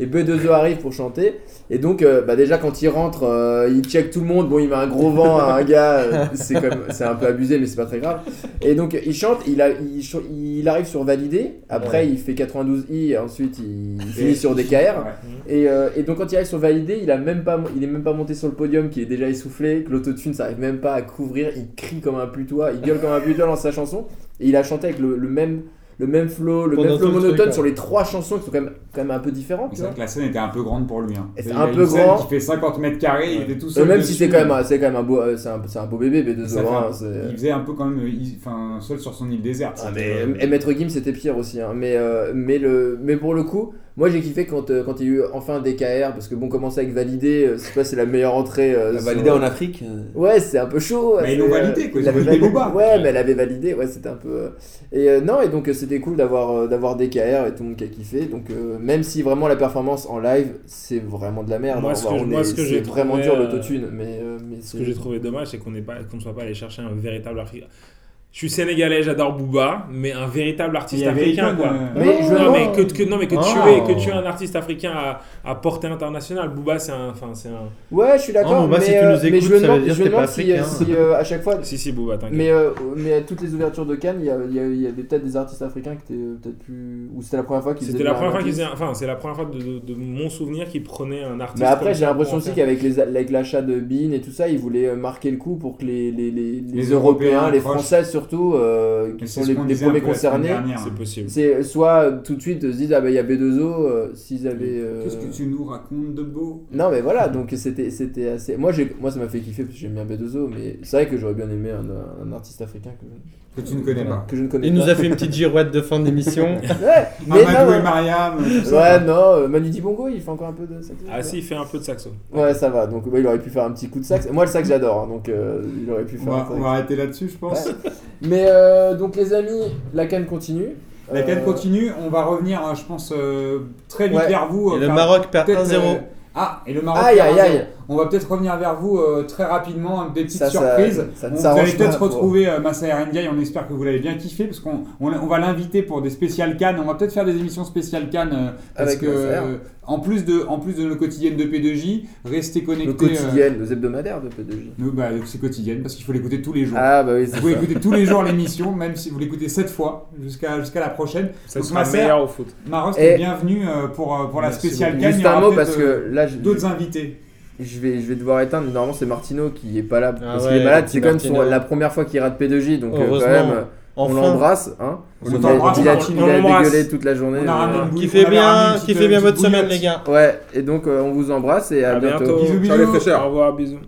Et B2O arrive pour chanter. Et donc, euh, bah, déjà, quand il rentre, euh, il check tout le monde. Bon, il met un gros vent à un gars, euh, c'est quand même- c'est un peu abusé, mais c'est pas très grave. Et donc, il chante, il, a- il, cho- il arrive sur Validé. Après, il fait 92i, ensuite, il, il finit sur DKR. Ouais. Et, euh, et donc quand il arrive sur validé, il a même pas, il est même pas monté sur le podium, qu'il est déjà essoufflé, que l'autotune ça arrive même pas à couvrir, il crie comme un putois, il gueule comme un putois dans sa chanson, et il a chanté avec le, le même le même flow, le Pendant même flow tout le monotone truc, ouais. sur les trois chansons qui sont quand même, quand même un peu différentes. Mais tu C'est vrai vois. que la scène était un peu grande pour lui. Hein. Et c'est Il y un a une peu scène grand. qui fait 50 mètres carrés, il Ouais. était tout Et seul. même si c'est dessus. quand même, un- c'est quand même un beau, euh, c'est un, c'est un beau bébé Et B2O. ça fait un- hein, c'est- ah, Il faisait un peu quand même euh, il- enfin, seul sur son île déserte. Et Maître Gims c'était pire aussi, hein. mais, euh, mais, euh, le, mais pour le coup, Moi, j'ai kiffé quand, euh, quand il y a eu enfin DKR, parce que bon, commencer avec Validé, euh, je sais pas, c'est la meilleure entrée. euh, sur- Validé en Afrique. euh, Ouais, c'est un peu chaud. Mais ils c'est, l'ont euh, validé, quoi, ils il ont avait validé validé- Boba. Ouais, mais elle avait validé, ouais, c'était un peu. euh, Et euh, non, et donc euh, c'était cool d'avoir euh, d'avoir DKR et tout le monde qui a kiffé. Donc, euh, même si vraiment la performance en live, c'est vraiment de la merde. Moi, hein, ce on que- est- moi, ce que j'ai C'est vraiment trouvé, dur euh, l'autotune, mais, euh, mais Ce que j'ai trouvé dommage, c'est qu'on n'est pas- qu'on ne soit pas allé chercher un véritable artiste. Je suis sénégalais, j'adore Booba, mais un véritable Il artiste y avait africain, Akon, quoi. euh, Ah. Mais non, je non, vois. mais que, que- non, mais que Oh. tuer, que tuer un artiste africain à, à portée internationale, Booba, c'est un, enfin, c'est un. Ouais, je suis Oh, d'accord. bah, mais, si tu euh, nous écoutes, mais je me ça veut demande, dire je me que t'es pas demande si, euh, africain. si, euh, à chaque fois. Si, si, Booba, t'inquiète. Mais, euh, mais à toutes les ouvertures de Cannes, il y, a- il y a- il y avait peut-être des artistes africains qui étaient euh, peut-être plus. Ou c'était la première fois qu'ils C'était faisaient la un première fois qu'ils artiste. faisaient, enfin, c'est la première fois de, de- de mon souvenir qu'ils prenaient un artiste. Mais après, comme j'ai ça l'impression pour en aussi faire. qu'avec les, avec l'achat de Bean et tout ça, ils voulaient euh, marquer le coup pour que les, les, les, les Les Européens, Européens les proches. Français surtout, euh, qui Et sont c'est ce les, qu'on les disait un premiers peu la semaine concernés, dernière. hein. C'est possible. c'est soit euh, tout de suite euh, se disent Ah bah il y a B2O, euh, s'ils avaient. euh, Qu'est-ce que tu nous racontes de beau Non mais voilà, donc c'était c'était assez. Moi, j'ai- moi ça m'a fait kiffer parce que j'aime bien B2O, mais c'est vrai que j'aurais bien aimé un, un artiste africain que, Que tu ne connais pas. que je ne connais Il pas. nous a fait une petite girouette de fin d'émission. Ouais, mais non, Amadou et ouais. Mariam. tout ça. Ouais, non, euh, Manu Dibongo, il fait encore un peu de saxo. Ah si, il fait un peu de saxo. Ouais, ça va. Donc, bah, il aurait pu faire un petit coup de sax. Moi, le sax, j'adore. hein, donc, euh, il aurait pu On faire un va, sax. on va arrêter là-dessus, je pense. Ouais. Mais euh, donc, les amis, la canne continue. La canne Euh, continue. On va revenir, euh, je pense, euh, très vite Ouais. vers vous. Et euh, le par- Maroc perd peut-être, 1-0. euh, Ah, et le Maroc. Aïe, perd aïe, 1-0. aïe. On va peut-être revenir vers vous euh, très rapidement avec des petites Ça, ça- surprises. ça ne On- vous s'arrange allez peut-être pas pour- retrouver euh, Massa Ndiaye. On espère que vous l'avez bien kiffé parce qu'on on, on va l'inviter pour des spéciales Cannes. On va peut-être faire des émissions spéciales Cannes euh, parce Avec que Massa R. euh, en plus de en plus de nos quotidiennes de P2J, restez connectés. Nos euh, quotidiennes, nos hebdomadaires de P2J. nous, bah, c'est quotidienne parce qu'il faut l'écouter tous les jours. Ah, bah oui, c'est Vous pouvez ça. écouter tous les jours l'émission, même si vous l'écoutez 7 fois, jusqu'à jusqu'à la prochaine. Ça Donc, sera ma sœur- meilleur au foot. Maros, Et- t'es bienvenue euh, pour, euh, pour la Merci spéciale beaucoup. Cannes. Juste Il y un aura mot peut-être, parce euh, que là, je, D'autres invités. je vais, je vais devoir éteindre. Normalement, c'est Martino qui est pas là. Ah parce ouais, qu'il est malade. petit C'est quand même son- Martino. la première fois qu'il rate P2J. Donc, euh, quand Heureusement. même, on Enfin, l'embrasse. Hein. On Il a- l'embrasse, il a, on- il on a l'embrasse. dégueulé toute la journée. On a mais- euh, ramené une bouille- kiffez on avait ramené bien, une petite- kiffez bien une votre petite semaine, bouillotte. les gars. Ouais, et donc euh, on vous embrasse et à, À bientôt. bientôt. Bisous, Ciao les bisous. fraîcheurs. Au revoir, bisous.